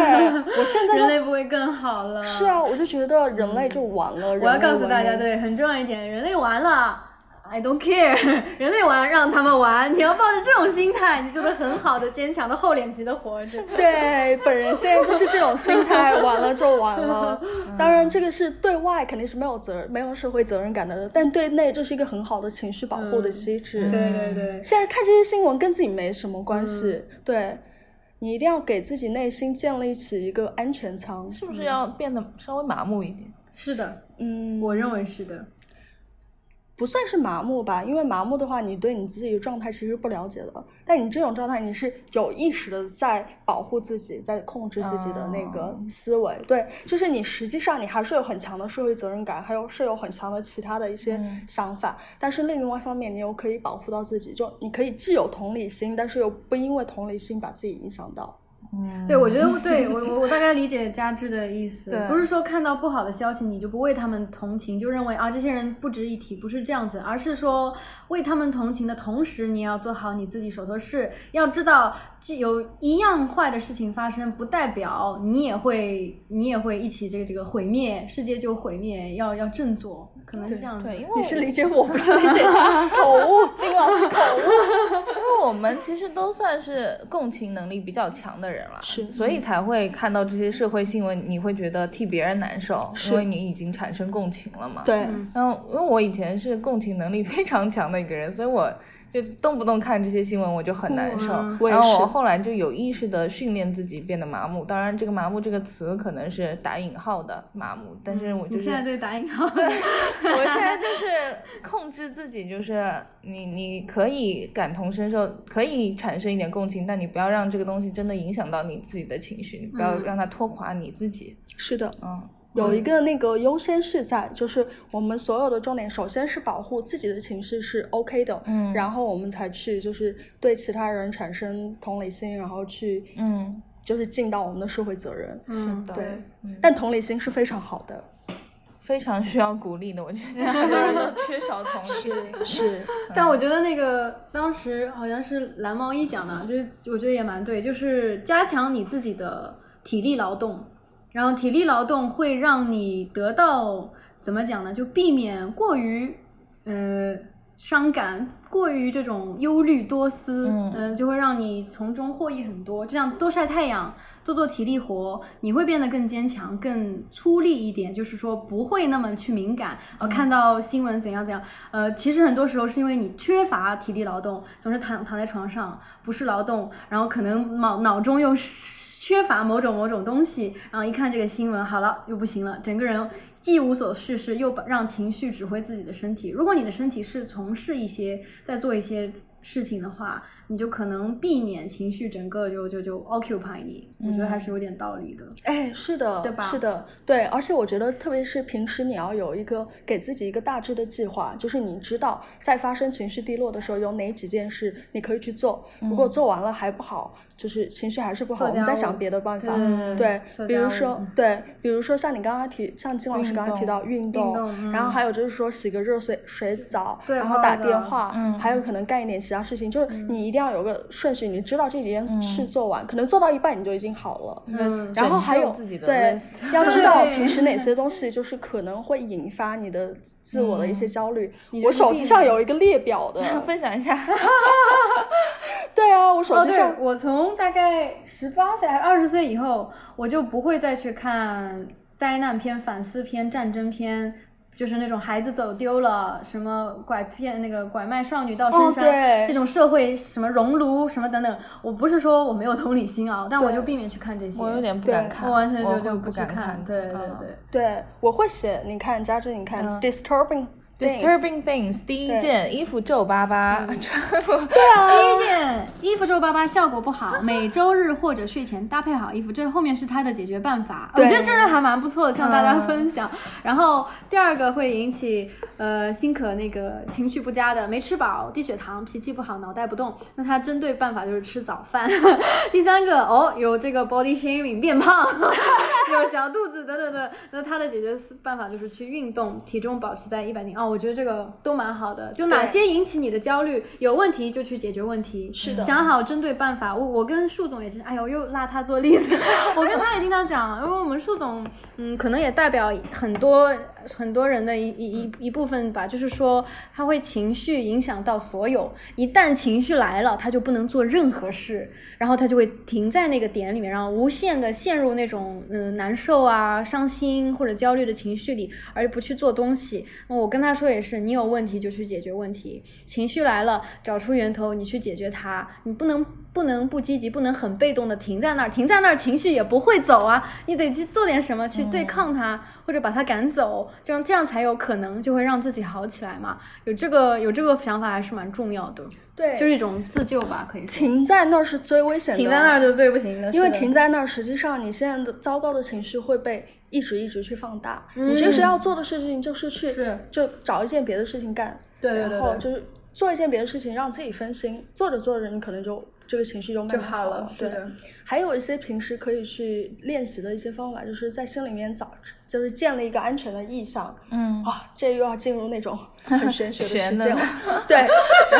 我 现在人都类不会更好了。是啊，我就觉得人类就完嗯了。我要人类告诉文大家，明，对，很重要一点，人类完了。I don't care，人 类玩让他们玩，你要抱着这种心态，你就会很好的、坚强的、厚脸皮的活着。 对，本人现在就是这种心态，完了就完了。嗯当然，这个是对外肯定是没有责没有社会责任感的，但对内这是一个很好的情绪保护的嗯机制。对对对，现在看这些新闻跟自己没什么关嗯系，对你一定要给自己内心建立起一个安全舱。是不是要变得稍微麻木一点？是的，嗯，我认为是的。不算是麻木吧，因为麻木的话，你对你自己的状态其实不了解的。但你这种状态，你是有意识的在保护自己，在控制自己的那个哦思维。对，就是你实际上你还是有很强的社会责任感，还有是有很强的其他的一些嗯想法。但是另外一方面，你又可以保护到自己，就你可以既有同理心，但是又不因为同理心把自己影响到。嗯对，我觉得对我我我大概理解佳志的意思对，不是说看到不好的消息你就不为他们同情，就认为啊这些人不值一提，不是这样子，而是说为他们同情的同时，你也要做好你自己手头事，要知道这有一样坏的事情发生，不代表你也会你也会一起这个这个毁灭世界就毁灭，要要振作，可嗯能是这样子。对，因为你是理解我，不是理 解他。口误，金老师口误。因为我们其实都算是共情能力比较强的人了，是所以才会看到这些社会新闻，你会觉得替别人难受，是因为你已经产生共情了嘛。。对，嗯然后，因为我以前是共情能力 非常强的一个人，所以我就动不动看这些新闻我就很难受。嗯我也然后我是后来就有意识的训练自己变得麻木，当然这个“麻木”这个词可能是打引号的麻木，但是我就嗯你是、现在对打引 号，我现在就是控制自己，就是你你可以感同身受，可以产生一点共情，但你不要让这个东西真的影响到你自己的情绪，你不要嗯让它拖垮你自己。是的，嗯，有一个那个优先事项，就是我们所有的重点，首先是保护自己的情绪是 OK 的，嗯然后我们才去就是对其他人产生同理心，然后去，嗯，就是尽到我们的社会责任。是的，对嗯但同理心是非常好的，非常需要鼓励的，我觉得现 在很多人都缺少同理心。是但我觉得那个当时好像是蓝毛衣讲的，就是我觉得也蛮对，就是加强你自己的体力劳动，然后体力劳动会让你得到怎么讲呢？就避免过于呃伤感，过于这种忧虑多思，嗯呃就会让你从中获益很多。就像多晒太阳，多做体力活，你会变得更坚强、更出力一点，就是说不会那么去敏感。呃，看到新闻怎样怎样，呃，其实很多时候是因为你缺乏体力劳动，总是躺躺在床上不是劳动，然后可能脑脑中又缺乏某种某种东西，然后一看这个新闻，好了又不行了，整个人既无所事事，又把让情绪指挥自己的身体。如果你的身体是从事一些在做一些事情的话，你就可能避免情绪整个就就就 occupy 你，我觉嗯得还是有点道理的。哎，是的，对吧是的，对，而且我觉得，特别是平时你要有一个给自己一个大致的计划，就是你知道在发生情绪低落的时候，有哪几件事你可以去做。如果嗯做完了还不好，就是情绪还是不好，做我们家再务想别的办法。对对做，比家嗯如务说，对，比如说像你刚刚提，像金老师运刚刚提动到运运动然嗯后还有就是说洗个热水水澡，对然泡后个打澡嗯电话，嗯还有可能干一点其他事情，就是你一定要有个顺序，你知道这几件事嗯做完，可能做到一半你就已经好了。嗯然后还有自己的对 list，， 要知道对平时哪些东西就是可能会引发你的自我的一些焦虑。你我这是手避机上免有一个列表的， 分享一下。对啊，我手哦，机对上，我从大概十八岁还是二十岁以后，我就不会再去看灾难片、反思片、战争片，就是那种孩子走丢了、什么拐骗那个拐卖少女到哦深山、对这种社会什么熔炉什么等等。我不是说我没有同理心啊，但我对就避免去看这些。 我有，点不敢看，我完全就会就不去敢看。对对嗯对，对，啊我会写，你看，佳芝，你看、嗯 d i s t u r b i n g Disturbing things，第一对件衣服皱巴巴，穿过第一件衣服皱巴巴效果不好，每周日或者睡前搭配好衣服，这后面是它的解决办法。我对觉得真的还蛮不错的，向大嗯家分享。然后第二个会引起呃辛可那个情绪不佳的，没吃饱、低血糖、脾气不好、脑袋不动。那它针对办法就是吃早饭。 第三个哦，有这个 body shaming 变胖， 有小肚子等等等。那它的解决办法就是去运动，体重保持在一百零。哦，我觉得这个都蛮好的，就哪对些。先引起你的焦虑，有问题就去解决问题，是的想好针对办法。我我跟树总也是，哎呦，又拉他做例子，我跟他也经常讲，因为我们树总，嗯，可能也代表很多很多人的一一一一部分吧，就是说他会情绪影响到所有，一旦情绪来了，他就不能做任何事，然后他就会停在那个点里面，然后无限的陷入那种嗯、难受啊、伤心或者焦虑的情绪里，而不去做东西。那我跟他说也是，你有问题就去解决问题，情绪来了找出源头，你去解决它，你不能不能不积极，不能很被动的停在那儿，停在那儿情绪也不会走啊，你得去做点什么去对抗它，或者把它赶走，这样这样才有可能就会让自己好起来嘛。有这个有这个想法还是蛮重要的，对，就是一种自救吧，可以说。停在那儿是最危险的，哦停在那儿就最不行的，因为是的停在那儿，实际上你现在的糟糕的情绪会被一直一直去放大。你其实要做的事情就是去嗯是就找一件别的事情干，对对对然后对就是做一件别的事情，让自己分心。做着做着，你可能就这个情绪就慢慢就好了对是的，还有一些平时可以去练习的一些方法，就是在心里面找，就是建立一个安全的意向。嗯，啊，这又要进入那 种很玄学的世玄的界了。对，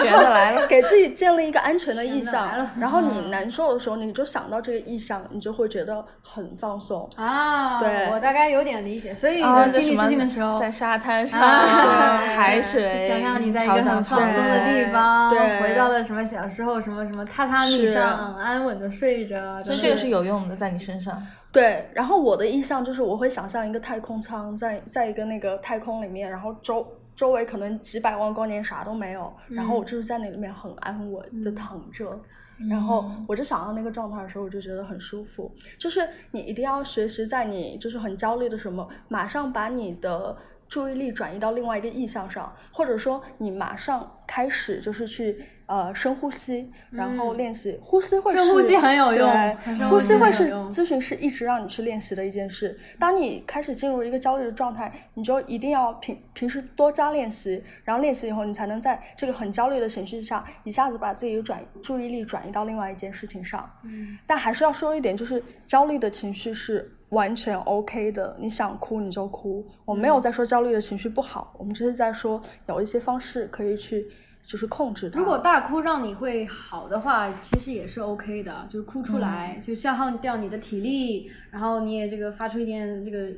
学的来了，给自己建立一个安全的意玄的来向了，嗯然后你难受的时候，你就想到这个意向，你就会觉得很放松。啊对我大概有点理解，所以啊哦你就心什理么自信的时候，在沙滩上、啊对海水，想象你在一个很放松的地方，对回到了什么小时候什么什么榻榻米是上安稳的睡着，所以等这个等是有用的，在你身上。对，然后我的意向就是我会想象一个太空舱在在一个那个太空里面，然后周周围可能几百万光年啥都没有，然后我就是在那里面很安稳的躺着。然后我就想到那个状态的时候，我就觉得很舒服。就是你一定要学习，在你就是很焦虑的什么，马上把你的注意力转移到另外一个意向上，或者说你马上开始就是去呃深呼吸，然后练习、呼吸会深呼是吸很有对用深呼呼吸吸会很是有用咨询师一直让你去练习的一件事。当你开始进入一个焦虑的状态，你就一定要平平时多加练习，然后练习以后，你才能在这个很焦虑的情绪下，一下子把自己的转注意力转移到另外一件事情上。嗯，但还是要说一点，就是焦虑的情绪是。完全 OK 的，你想哭你就哭。我嗯没有在说焦虑的情绪不好，我们只是在说有一些方式可以去，就是控制它。如果大哭让你会好的话，其实也是 OK 的，就是哭出嗯来、就消耗掉你的体力，然后你也这个发出一点这个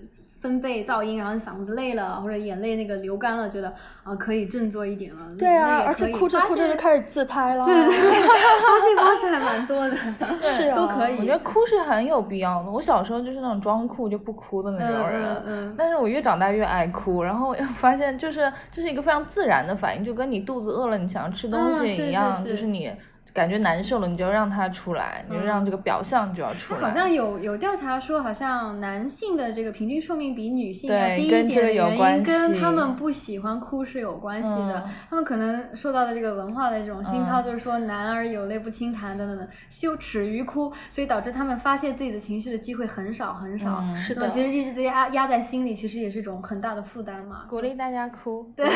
分贝噪音，然后你嗓子累了或者眼泪那个流干了，觉得啊可以振作一点了。对那啊，也而可且以哭着哭着就。开始自拍了。发泄 对对对，发泄方式还蛮 多的，是啊都可以。哦我觉得哭是很有必要的。我小时候就是那种装酷就不哭的那种人，嗯嗯嗯但是我越长大越爱哭，然后我发现就是这是一个非常自然的反应，就跟你肚子饿了你想要吃东嗯西是一样，是是就是你感觉难受了，你就让它出来，你就让这个表象就要出来。嗯好像有有调查说，好像男性的这个平均寿命比女性要对低一跟点，这个的有原关因跟他系们不喜欢哭是有关系的。嗯他们可能受到的这个文化的这种熏陶，嗯就是说男儿有泪不轻弹等等等，羞耻于哭，所以导致他们发泄自己的情绪的机会很少很少。嗯是那的么其实一直在压压在心里，其实也是一种很大的负担嘛。鼓励大家哭，对，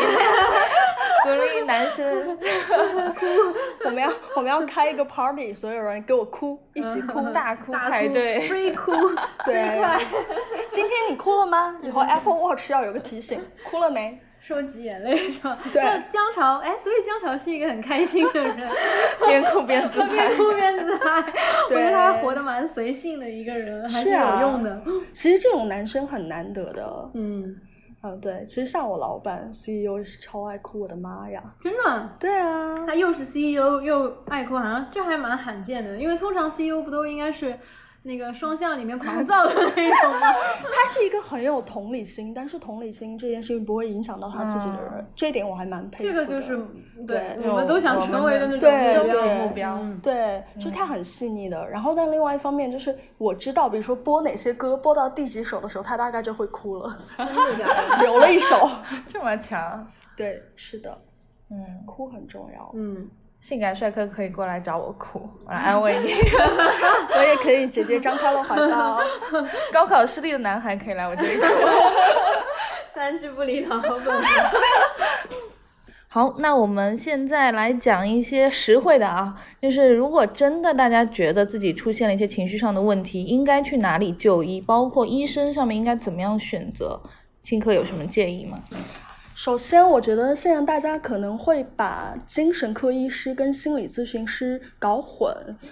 鼓励男生。 我 们要我们要开一个 party，所有人给我哭，嗯 一起哭。大哭大派 对 free 哭，对 free 快，今天你哭了吗？ 以后 Apple Watch 要有个提醒，哭了没？收集眼泪是吧？对那姜潮，哎，所以姜潮是一个很开心的人。边哭边 自他拍边。哭边自拍，我觉对得他活得蛮随性的一个人，还是啊有用的。 其实这种男生很难得的。嗯，嗯，对，其实像我老板 CEO 也是超爱哭，我的妈呀！真的，对啊，他又是 CEO 又爱哭，好像这还蛮罕见的，因为通常 CEO 不都应该是那个双向里面狂躁的那种 吗？他是一个很有同理心，但是同理心这件事情不会影响到他自己的人，这一点我还蛮佩服嗯这的。个就是对对我们都想成为的那种对目标终极目标嗯对，就他很细腻的。然后，但另外一方面就是，我知道，比如说播哪些歌，播到第几首的时候，他大概就会哭了， 嗯真的假的？流了一首。这么强，对，是的，嗯，哭很重要。嗯，性感帅哥可以过来找我哭，我来安慰你。 我也可以，姐姐张开了哦怀抱。高考失利的男孩可以来我这里哭。三句不离 老本。好，那我们现在来讲一些实惠的啊，就是如果真的大家觉得自己出现了一些情绪上的问题，应该去哪里就医，包括医生上面应该怎么样选择，新科有什么建议吗？首先，我觉得现在大家可能会把精神科医师跟心理咨询师搞混，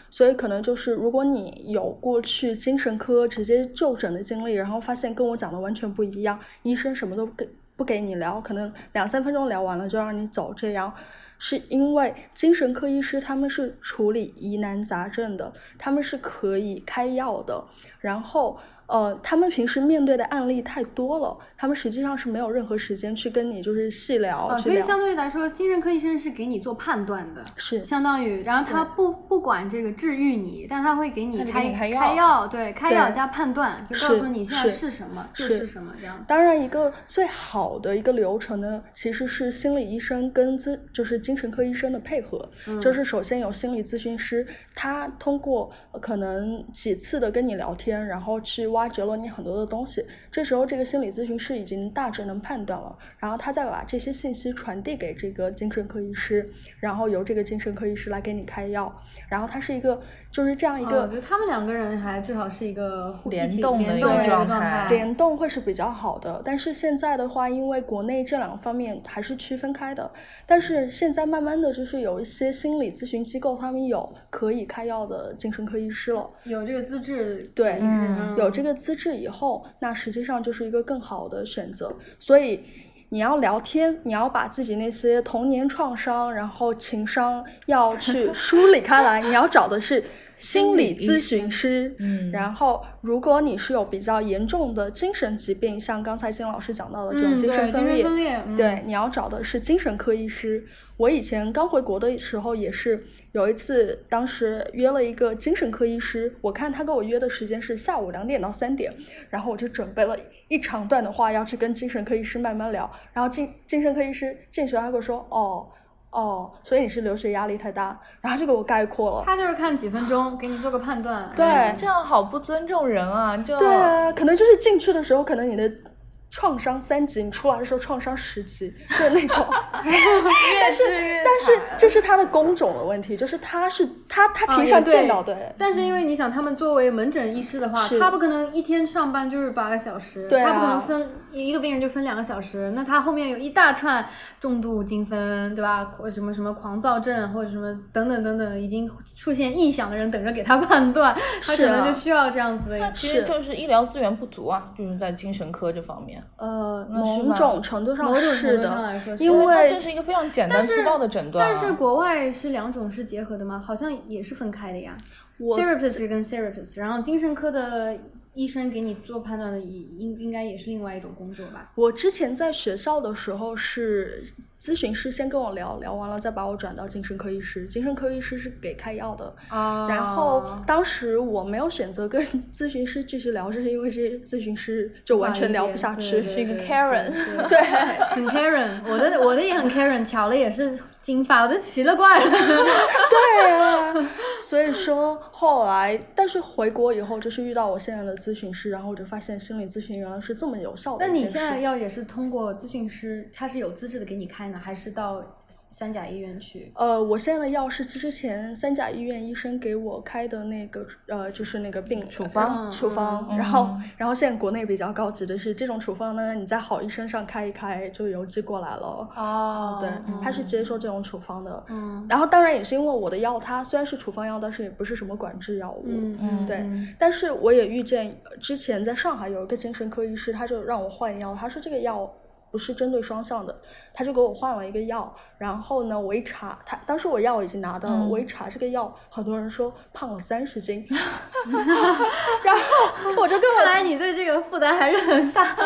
所以可能就是如果你有过去精神科直接就诊的经历，然后发现跟我讲的完全不一样，医生什么都不给不给你聊，可能两三分钟聊完了就让你走，这样。是因为精神科医师他们是处理疑难杂症的，他们是可以开药的，然后呃，他们平时面对的案例太多了，他们实际上是没有任何时间去跟你就是细聊、哦，去所以聊。相对来说，精神科医生是给你做判断的，是相当于，然后他不不管这个治愈你，但他会给你他就开给你开药对，开药对加判断，就是告诉你现在是是什么，就是是什么这样子。当然，一个最好的一个流程呢，其实是心理医生跟咨就是精神科医生的配合，嗯就是首先有心理咨询师，他通过呃可能几次的跟你聊天，然后去挖掘了你很多的东西。这时候，这个心理咨询师已经大致能判断了，然后他再把这些信息传递给这个精神科医师，然后由这个精神科医师来给你开药。然后它是一个，就是这样一哦个我觉得他们两个人还最好是一个互联一起动的联一动个的一个状状态态。联动会是比较好的，但是现在的话，因为国内这两个方面还是区分开的。但是现在慢慢的就是有一些心理咨询机构，他们有可以开药的精神科医师了。有这个资质，对嗯有这个资质以后，那实际上就是一个更好的选择。所以你要聊天，你要把自己那些童年创伤，然后情商要去梳理开来，你要找的是心理咨询师。嗯然后如果你是有比较严重的精神疾病，像刚才金老师讲到的这种嗯精对精神分神裂，分裂嗯对，你要找的是精神科医师。我以前刚回国的时候也是有一次，当时约了一个精神科医师，我看他跟我约的时间是下午两点到三点，然后我就准备了一长段的话要去跟精神科医师慢慢聊，然后精精神科医师进去了，他跟我说，哦哦，所以你是留学压力太大，然后他就给我概括了。他就是看几分钟给你做个判断。对，嗯这样好不尊重人啊！就对啊，可能就是进去的时候，可能你的创伤三级，你出来的时候创伤十级， 就是那种。但是但是这是他的工种的问题，就是他是他他啊平也常对见到的。但是因为你想，他们作为门诊医师的话是，他不可能一天上班就是八个小时，对啊他不可能分一个病人就分两个小时，那他后面有一大串重度精分，对吧？或什么什么狂躁症或者什么等等等等，已经出现异响的人等着给他判断，他是可啊能就需要这样子的一那个。其实是就是医疗资源不足啊，就是在精神科这方面。呃，那是某吧种程度上某种程是度上来的说，是因的它为这是一个非常简单但粗是暴的诊断啊、但是国外是两种是结合的吗？好像也是分开的呀。我 therapist 跟 therapist，然后精神科的医生给你做判断的应应应该也是另外一种工作吧？我之前在学校的时候是咨询师先跟我聊聊完了，再把我转到精神科医师，精神科医师是给开药的。啊然后当时我没有选择跟 咨询师继续聊，这是因为这些咨询师就完全聊不下去。是一个 Karen 对，很 Karen，我的我的也很 Karen，巧了也是金发，我都奇了 怪了。对啊，所以说后来，但是回国以后，就是遇到我现在的咨询师，然后我就发现心理咨询原来是这么有效的那一你件事。现在要也是通过咨询师，他是有资质的给你开呢，还是到三甲医院去？呃，我现在的药是之前三甲医院医生给我开的那个，呃，就是那个病处方呃处方。嗯然后嗯，然后现在国内比较高级的是这种处方呢，你在好医生上开一开就邮寄过来了。哦对，他嗯是接受这种处方的。嗯然后当然也是因为我的药，它虽然是处方药，但是也不是什么管制药物。嗯嗯对，但是我也遇见呃之前在上海有一个精神科医师，他就让我换药，他说这个药不是针对双向的，他就给我换了一个药。然后呢，我一查，他当时我药已经拿到了，嗯我一查这个药，很多人说胖了三十斤， 然后我就跟看我来你对这个负担还是很大。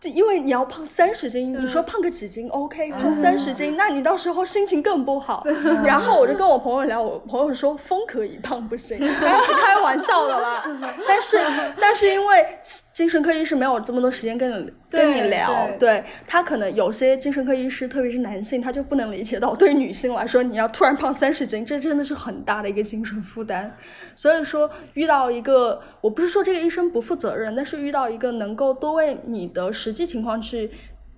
对，因为你要胖三十斤，你说胖个几斤 OK，胖嗯三十斤，那你到时候心情更不好。然后我就跟我朋友聊，我朋友说风可以胖不行，当然是开玩笑的啦。但是但是因为精神科医师没有这么多时间跟你跟你对聊，对对他可能有些精神科医师，特别是男性，他就不能理解到，对于女性来说，你要突然胖三十斤，这真的是很大的一个精神负担。所以说，遇到一个，我不是说这个医生不负责任，但是遇到一个能够多为你的实际情况去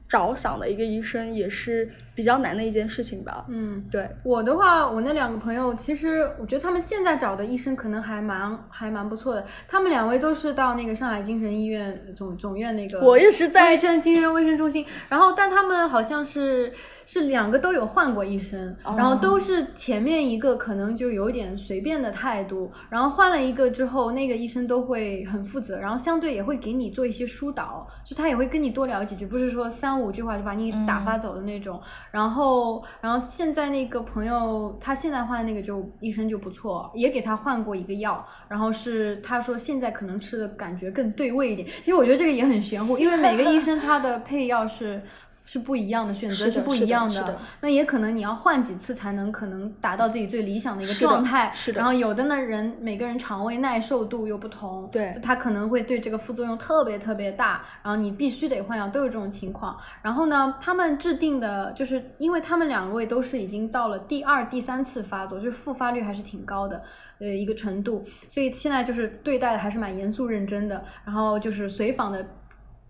着想的一个医生，也是比较难的一件事情吧。嗯，对，我的话，我那两个朋友，其实我觉得他们现在找的医生可能还蛮还蛮不错的。他们两位都是到那个上海精神医院总总院那个，我也是在卫生精神卫生中心。然后，但他们好像是是两个都有换过医生，哦然后都是前面一个可能就有点随便的态度，然后换了一个之后，那个医生都会很负责，然后相对也会给你做一些疏导，就他也会跟你多聊几句，不是说三五句话就把你嗯打发走的那种。然后，然后现在那个朋友，他现在换那个就医生就不错，也给他换过一个药，然后是他说现在可能吃的感觉更对味一点。其实我觉得这个也很玄乎，因为每个医生他的配药是是不一样的，选是择的是不是的一样是的那也可能你要换几次才能可能达到自己最理想的一个是的状态。是的然后有的呢人每个人肠胃耐受度又不同，对就他可能会对这个副作用特别特别大，然后你必须得换药，都有这种情况。然后呢，他们制定的就是，因为他们两位都是已经到了第二、第三次发作，就是复发率还是挺高的，呃，一个程度，所以现在就是对待的还是蛮严肃认真的，然后就是随访的。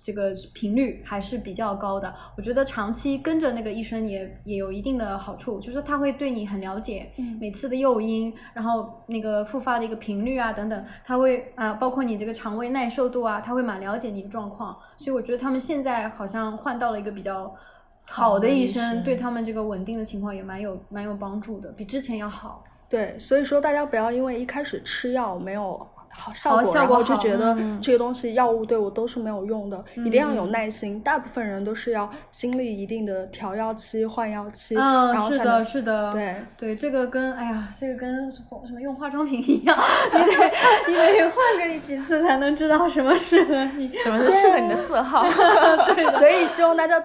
这个频率还是比较高的，我觉得长期跟着那个医生也也有一定的好处，就是他会对你很了解，嗯每次的诱因，然后那个复发的一个频率啊等等，他会啊、包括你这个肠胃耐受度啊，他会蛮了解你的状况，所以我觉得他们现在好像换到了一个比较好的的医医生，生对他们这个稳定的情况也蛮有蛮有帮助的，比之前要好。对，所以说大家不要因为一开始吃药没有好效好果，效然果后就好觉得嗯这个东西药物对我都是没有用的，一定要有嗯耐心。大部分人都是要经历一定的调药期、换药期，然嗯，后是才 的，能是的，对对，这个跟哎呀，这个跟什么什么用化妆品一样，你 得你得换个几次才能知道什么适合你。什么是适合你的色号？啊 所以希望大家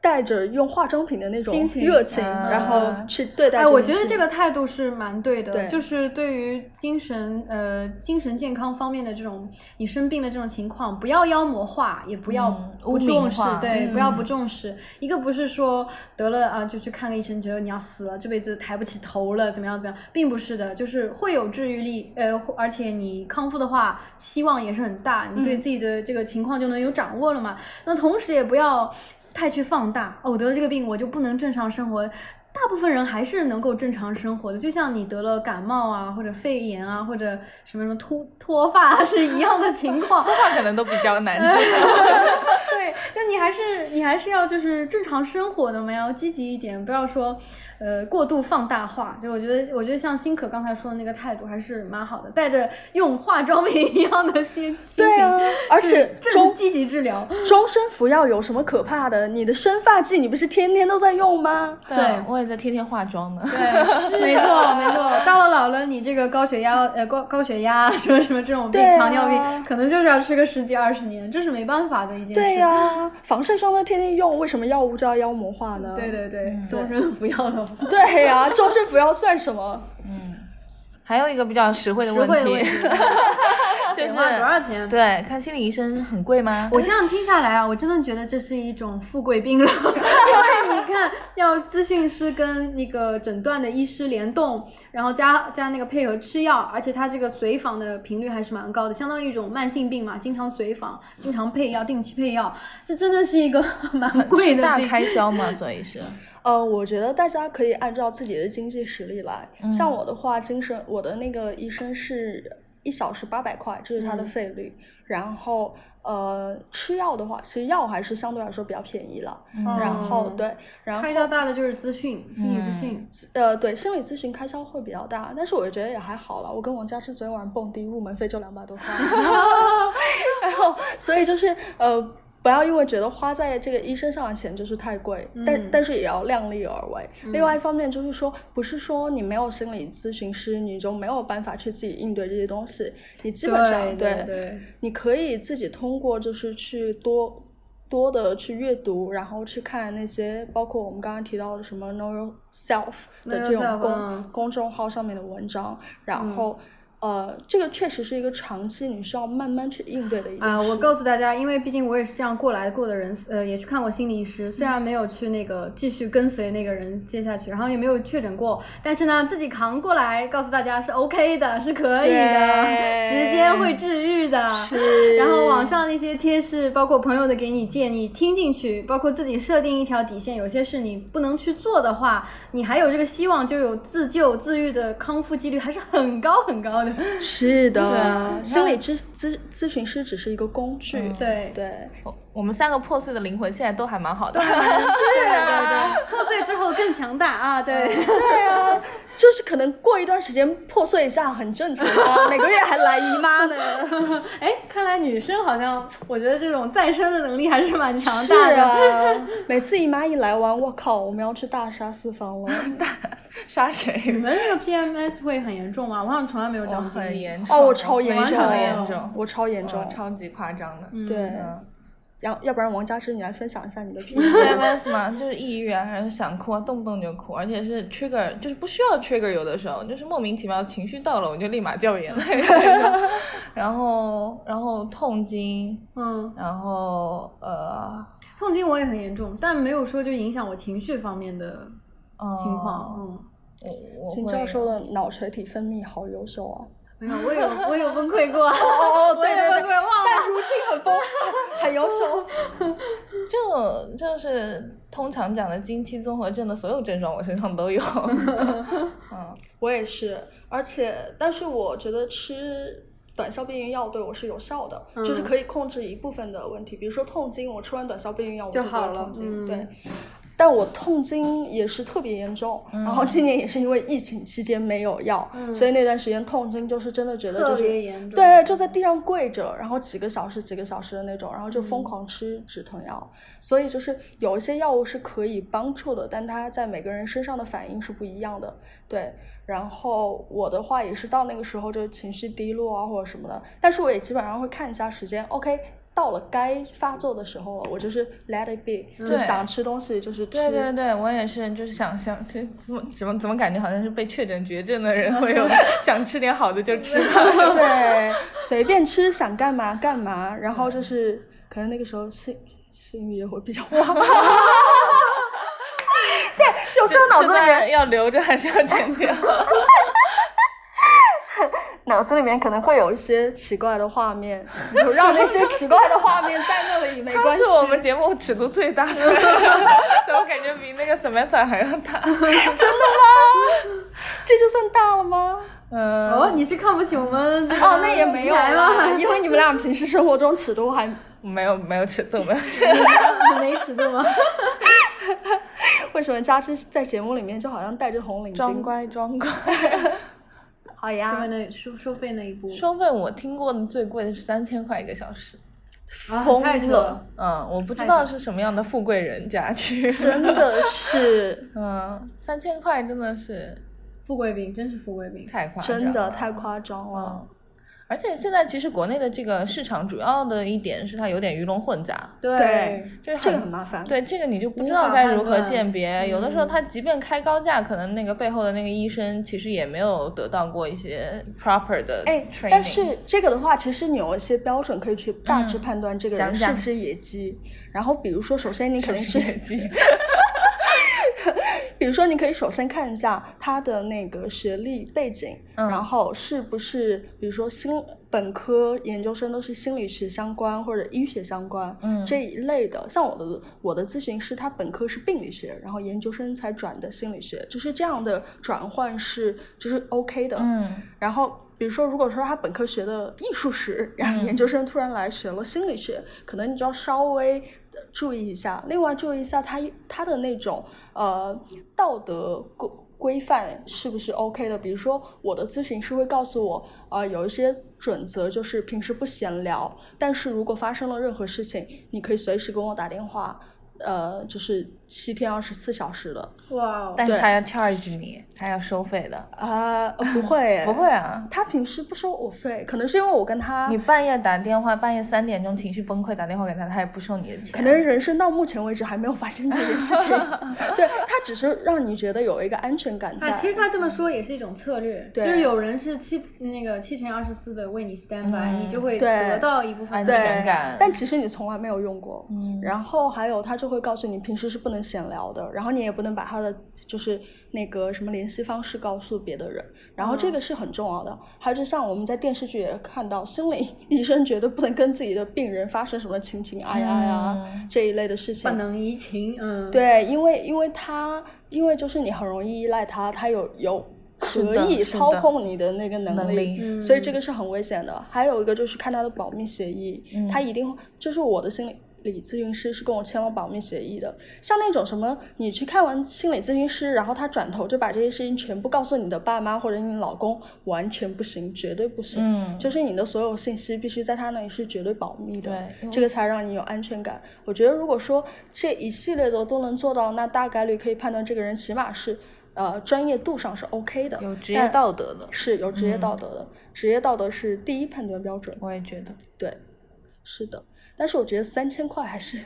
带着用化妆品的那种心情热情，啊然后去对待哎，件我事情。觉得这个态度是蛮对的，对就是对于精神呃精神健康方面的这种你生病的这种情况，不要妖魔化，也不要嗯不污名重视，化对，嗯不要不重视。一个不是说得了啊就去看个医生，觉得你要死了，这辈子抬不起头了，怎么样怎么样，并不是的，就是会有治愈力，呃，或而且你康复的话，希望也是很大，你对嗯自己的这个情况就能有掌握了嘛。那同时也不要太去放大哦，我得了这个病，我就不能正常生活。大部分人还是能够正常生活的，就像你得了感冒啊，或者肺炎啊，或者什么什么脱脱发啊是一样的情 况。头发可能都比较难治。啊 对，就你还是你还是要就是正常生活的嘛，要积极一点，不要说呃过度放大化。就我觉得，我觉得像辛可刚才说的那个态度还是蛮好的，带着用化妆品一样的心心情，对啊，而且正终积极治疗。终身服药有什么可怕的？你的生发剂你不是天天都在用吗？对啊我也在天天化妆呢。 啊对，没错没错。到了老了，你这个高血压呃高高血压什么什么这种病，对啊糖尿病，可能就是要吃个十几二十年，这是没办法的一件事。对呀、防晒霜都天天用，为什么药物就要妖魔化呢？对对对 嗯，终身不要 了。对呀、终身服药算什么？嗯，还有一个比较实惠的实问惠的题问题， 就得是哎花多少钱？啊对，看心理医生很贵吗？ 我这样听下来啊，我真的觉得这是一种富贵病了， 因为你看，要咨询师跟那个诊断的医师联动，然后加加那个配合吃药，而且他这个随访的频率还是蛮高的，相当于一种慢性病嘛，经常随访，经常配药，定期配药，这真的是一个 蛮贵是的大病开销嘛，所以是。呃，我觉得大家可以按照自己的经济实力来。嗯像我的话，精神我的那个医生是一小时八百块，这是他的嗯费率。然后呃，吃药的话，其实药还是相对来说比较便宜了。然后嗯对，然开销后大的就是咨询，心理咨询。呃对，心理咨询开销会比较大，但是我觉得也还好了。我跟王佳芝昨天晚上蹦迪，入门费就两 百多块，然后所以就是呃。不要因为觉得花在这个医生上的钱就是太贵，嗯但但是也要量力而为。另嗯外一方面就是说，不是说你没有心理咨询师，你就没有办法去自己应对这些东西。你基本上对对对你可以自己通过就是去多多的去阅读，然后去看那些包括我们刚刚提到的什么 Know Yourself Know 的这种 Yourself，公、嗯公众号上面的文章，嗯然后、呃，这个确实是一个长期你需要慢慢去应对的一件事。啊，我告诉大家，因为毕竟我也是这样过来过的人，呃，也去看过心理医师，虽嗯然没有去那个继续跟随那个人接下去，然后也没有确诊过，但是呢，自己扛过来，告诉大家是 OK 的，是可以的，对时间会治愈的。是然后 网上那些贴士，包括朋友的给你建议，听进去，包括自己设定一条底线，有些事你不能去做的话，你还有这个希望，就有自救自愈的康复几率还是很高很高的。是啊的，心那理咨咨咨询师只是一个工具。嗯对。对，我我们三个破碎的灵魂现在都还蛮好的。对 对啊对，破碎之后更强大啊！对，对啊，就是可能过一段时间破碎一下很正 常啊，每个月还来姨妈呢。 哎，看来女生好像，我觉得这种再生的能力还是蛮强是大的。啊，每次姨妈一来完，我靠，我们要去大杀四方了。 杀你谁？们这个 PMS 会很严重吗？我好像从来没有这我哦样经历很严重，哦，我超严非重，常严重，我超严嗯重。超级夸张的。嗯对嗯要要不然王佳芝，你来分享一下你的 P 就是 PMS 嘛，就是抑郁啊，还是想哭啊，动不动就哭，而且是 trigger，就是不需要 trigger，有的时候就是莫名其妙情绪到了，我就立马掉眼泪，然后然后痛经，嗯，然后呃痛经我也很严重，但没有说就影响我情绪方面的呃情况，哦嗯。我我秦会教授的脑垂体分泌好优秀啊！哦嗯没有，我有我有崩溃过。哦 哦哦对对对崩溃忘了。但如今很丰， 很优秀。就就是通常讲的经期综合症的所有症状，我身上都 有。嗯，我也是，而且，但是我觉得吃短效避孕药对我是有效的，嗯就是可以控制一部分的问题，比如说痛经，我吃完短效避孕药我就不好会了痛经，嗯对。但我痛经也是特别严重，然嗯后今年也是因为疫情期间没有药，所以那段时间痛经就是真的觉得就特别是严重对，就在地上跪着，然后几个小时、几个小时的那种，然后就嗯疯狂吃止疼药。所以就是有一些药物是可以帮助的，但它在每个人身上的反应是不一样的。对，然后我的话也是到那个时候就情绪低落啊或者什么的，但是我也基本上会看一下时间，OK。到了该发作的时候了，我就是 let it be，、就对想吃东西就是吃。对对对，我也是，就是想想，这怎么怎么怎么感觉好像是被确诊绝症的人会 有想吃点好的就吃吧。对，随便吃，想干嘛干嘛。然后就是可能那个时候性性欲也会比 较旺。对，有时候脑子这里面段要留着还是要剪掉？脑子里面可能会有一些奇怪的画 面，就让那些奇怪的画面在那 里没他关系是。我们节目尺度最 大的人，对我感觉比那个 Samantha 还要大。这就算大了吗？嗯、哦，你是看不起我们这个哦，那也没有平台 啦，吗？因为你们俩平时生活中尺度还……没有没有尺度，没有尺你没尺度吗？ 为什么加之在节目里面就好像戴着红领装巾？乖装 乖。好收费呀，那收收费那一步，双份我听过的最贵的是三千块一个小时。啊疯太扯了，嗯，我不知太道是什么样的富贵人家去。 真的是， 嗯，三千块真的是富贵病真是富贵病。太夸张了，真的太夸张了。嗯，而且现在其实国内的这个市场主要的一点是它有点鱼龙混杂，对对，就是这个很麻烦。对这个你就不无知道法该判如何断鉴别。有的时候嗯它即便开高价，可能那个背后的那个医生其实也没有得到过一些 proper 的哎 training。，但是这个的话，其实你有一些标准可以去大致嗯判断这个讲人是讲不是野鸡。然后，比如说，首先你肯定是是，业 绩，比如说你可以首先看一下他的那个学历背景，嗯然后是不是比如说心本科、研究生都是心理学相关或者医学相关，嗯这一类的。像我的我的咨询师，他本科是病理学，然后研究生才转的心理学，就是这样的转换是就是 OK 的，嗯然后比如说，如果说他本科学的艺术史，然后嗯 研究生突然来学了心理学，可能你就要稍微呃注意一下。另外注意一下他他的那种呃道德规规范是不是 OK 的。比如说，我的咨询师会告诉我，呃，有一些准则，就是平时不闲聊，但是如果发生了任何事情，你可以随时跟我打电话。呃，就是七天二十四小时的哇哦，但是对他要 charge 你，他要收费的，，啊、呃不会不会。啊。他平时不收我费，可能是因为我跟他你半夜打电话，半夜三点钟情绪崩溃打电话给他，他也不收你的钱。可能人生到目前为止还没有发生这件事 情，对他只是让你觉得有一个安全感在。啊，其实他这么说也是一种策略，对就是有人是七那个七乘二十四的为你 stand by，、嗯你就会对哎得到一部分安的全对感，但其实你从来没有用过。嗯然后还有他就会告诉你，平时是不能闲聊的，然后你也不能把他的就是那个什么联系方式告诉别的人，然后嗯这个是很重要的。还有就像我们在电视剧也看到，心理 医生绝对不能跟自己的病人发生什么情情爱爱啊、嗯这一类的事情不，能移情，嗯，，对，因为因为他，因为就是你很容易依赖他，他有有是可的以是操的控你的那个能能力力，嗯所以这个是很危险的。还有一个就是看他的保密协议，他嗯一定就是我的心理。理咨询师是跟我签了保密协议的，像那种什么，你去看完心理咨询师，然后他转头就把这些事情全部告诉你的爸妈或者你老公，完全不行，绝对不行。嗯，就是你的所有信息必须在他那里是绝对保密的，对这个才让你有安全感。我觉得如果说这一系列的都能做到，那大概率可以判断这个人起码是呃专业度上是 OK 的，有职业道德的，是有职业道嗯德的，职业道德是第一判断标准。我也觉得。对，是的。但是我觉得三千块还是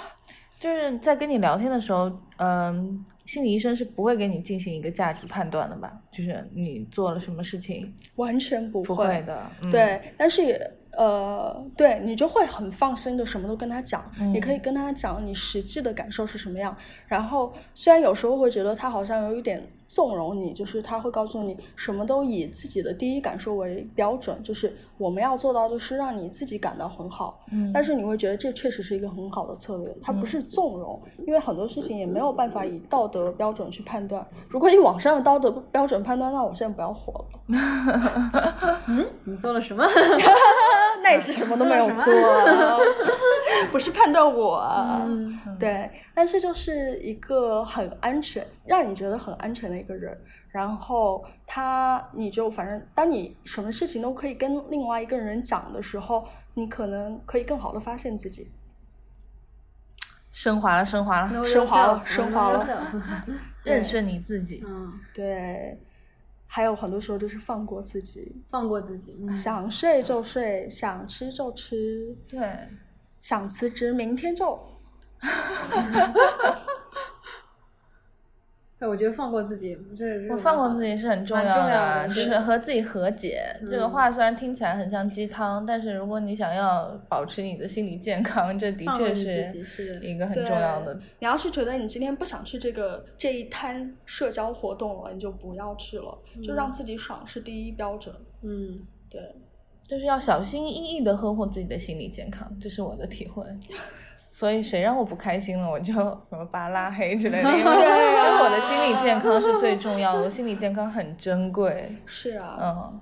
就是在跟你聊天的时候，嗯，心理医生是不会给你进行一个价值判断的吧？就是你做了什么事情，完全不会不会的。嗯、对，但是也呃，对你就会很放心的什么都跟他讲，你可以嗯跟他讲你实际的感受是什么样。然后虽然有时候会觉得他好像有一点纵容你，就是他会告诉你什么都以自己的第一感受为标准，就是我们要做到的是让你自己感到很好。嗯，但是你会觉得这确实是一个很好的策略，它不是纵容，因为很多事情也没有办法以道德标准去判断。如果以网上的道德标准判断，那我现在不要活了。嗯你做了什么？嗯那也是什么都没有嗯做，啊不是判断我啊。嗯对，但是就是一个很安全，让你觉得很安全的一个人。然后他，你就反正当你什么事情都可以跟另外一个人讲的时候，你可能可以更好的发现自己。升华了，升华了，啊升华了嗯升华了认识你自己。嗯，对，还有很多时候就是放过自己，放过自己。嗯想睡就睡，想吃就吃，对，想辞职明天就。对，我觉得放过自己，这这个我放过蛮好自己是很重蛮要重的要啊，的就对嗯是和自己和解。这个话虽然听起来很像鸡汤，但是如果你想要保持你的心理健康，这的放过确你自是己是的一个很重要的对。你要是觉得你今天不想去这个这一摊社交活动了，你就不要去了，就让自己爽是第一标准。嗯。对，就是要小心翼翼的呵护自己的心理健康，这是我的体 会。所以谁让我不开心了，我就什么把他拉黑之 类的，因为因为我的心理健康是最重要的，我心理健康很珍贵。是啊，嗯，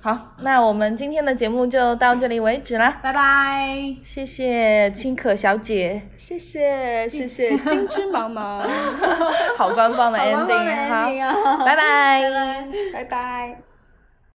好，那我们今天的节目就到这里为止啦，拜拜。谢谢青可小姐， 谢谢谢 谢金枝茫茫， 好官方的 ending，好官方的 ending 啊好，拜拜拜拜。